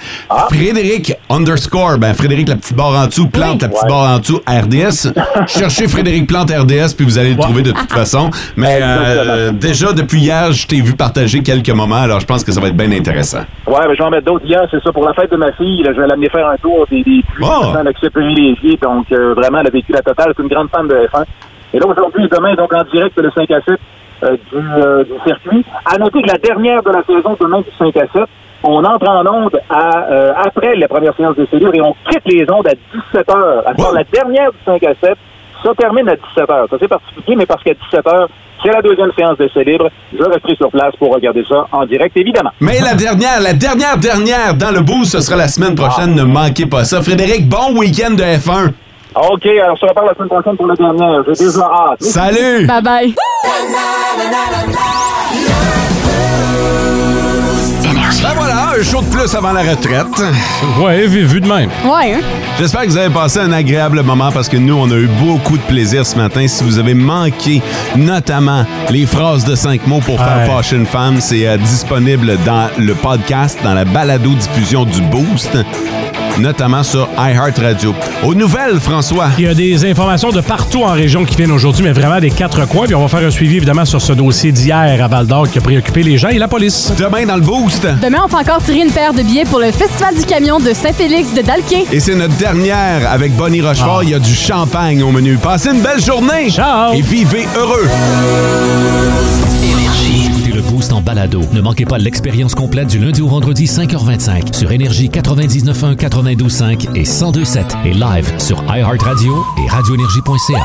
Frédéric underscore, ben Frédéric la petite barre en dessous, plante la petite barre en dessous, RDS. Cherchez Frédéric Plante RDS, puis vous allez le trouver de toute façon. Mais euh, déjà, depuis hier, je t'ai vu partager quelques moments, alors je pense que ça va être bien intéressant. Ouais, mais je vais en mettre d'autres hier, c'est ça. Pour la fête de ma fille, là, je vais l'amener faire un tour des, des plus dans l'accès privilégié. Donc, euh, vraiment, elle a vécu la totale. C'est une grande fan de F1. Et là, aujourd'hui et demain, donc en direct, le 5 à 7 euh, du, euh, du circuit. À noter que la dernière de la saison, demain, du 5 à 7, on entre en onde à, euh, après la première séance de cellule et on quitte les ondes à 17 h. À savoir, la dernière du 5 à 7, ça termine à 17 h. Ça, c'est particulier, mais parce qu'à 17 h, c'est la deuxième séance de célibre. Je resterai sur place pour regarder ça en direct, évidemment. Mais la dernière, la dernière, dernière dans le bout, ce sera la semaine prochaine. Ne manquez pas ça. Frédéric, bon week-end de F1. Ah, OK, alors on se reparle la semaine prochaine pour la dernière. J'ai déjà hâte. Salut! Bye bye. Ben voilà, un show de plus avant la retraite. Ouais, vu, vu de même. Ouais, hein? J'espère que vous avez passé un agréable moment parce que nous, on a eu beaucoup de plaisir ce matin. Si vous avez manqué notamment les phrases de cinq mots pour faire Ouais. fâcher une femme, c'est euh, disponible dans le podcast, dans la balado-diffusion du Boost, notamment sur iHeartRadio. Aux nouvelles, François. Il y a des informations de partout en région qui viennent aujourd'hui, mais vraiment des quatre coins. Puis on va faire un suivi, évidemment, sur ce dossier d'hier à Val d'Or qui a préoccupé les gens et la police. Demain, dans le Boost. Demain, on fait encore tirer une paire de billets pour le Festival du camion de Saint-Félix de Dalquin. Et c'est notre dernière avec Bonnie Rochefort. Il y a du champagne au menu. Passez une belle journée. Ciao. Et vivez heureux. Écoutez le Boost en balado. Ne manquez pas l'expérience complète du lundi au vendredi 5h25 sur Énergie 99.1, 92.5 et 102.7 et live sur iHeartRadio et radioénergie.ca.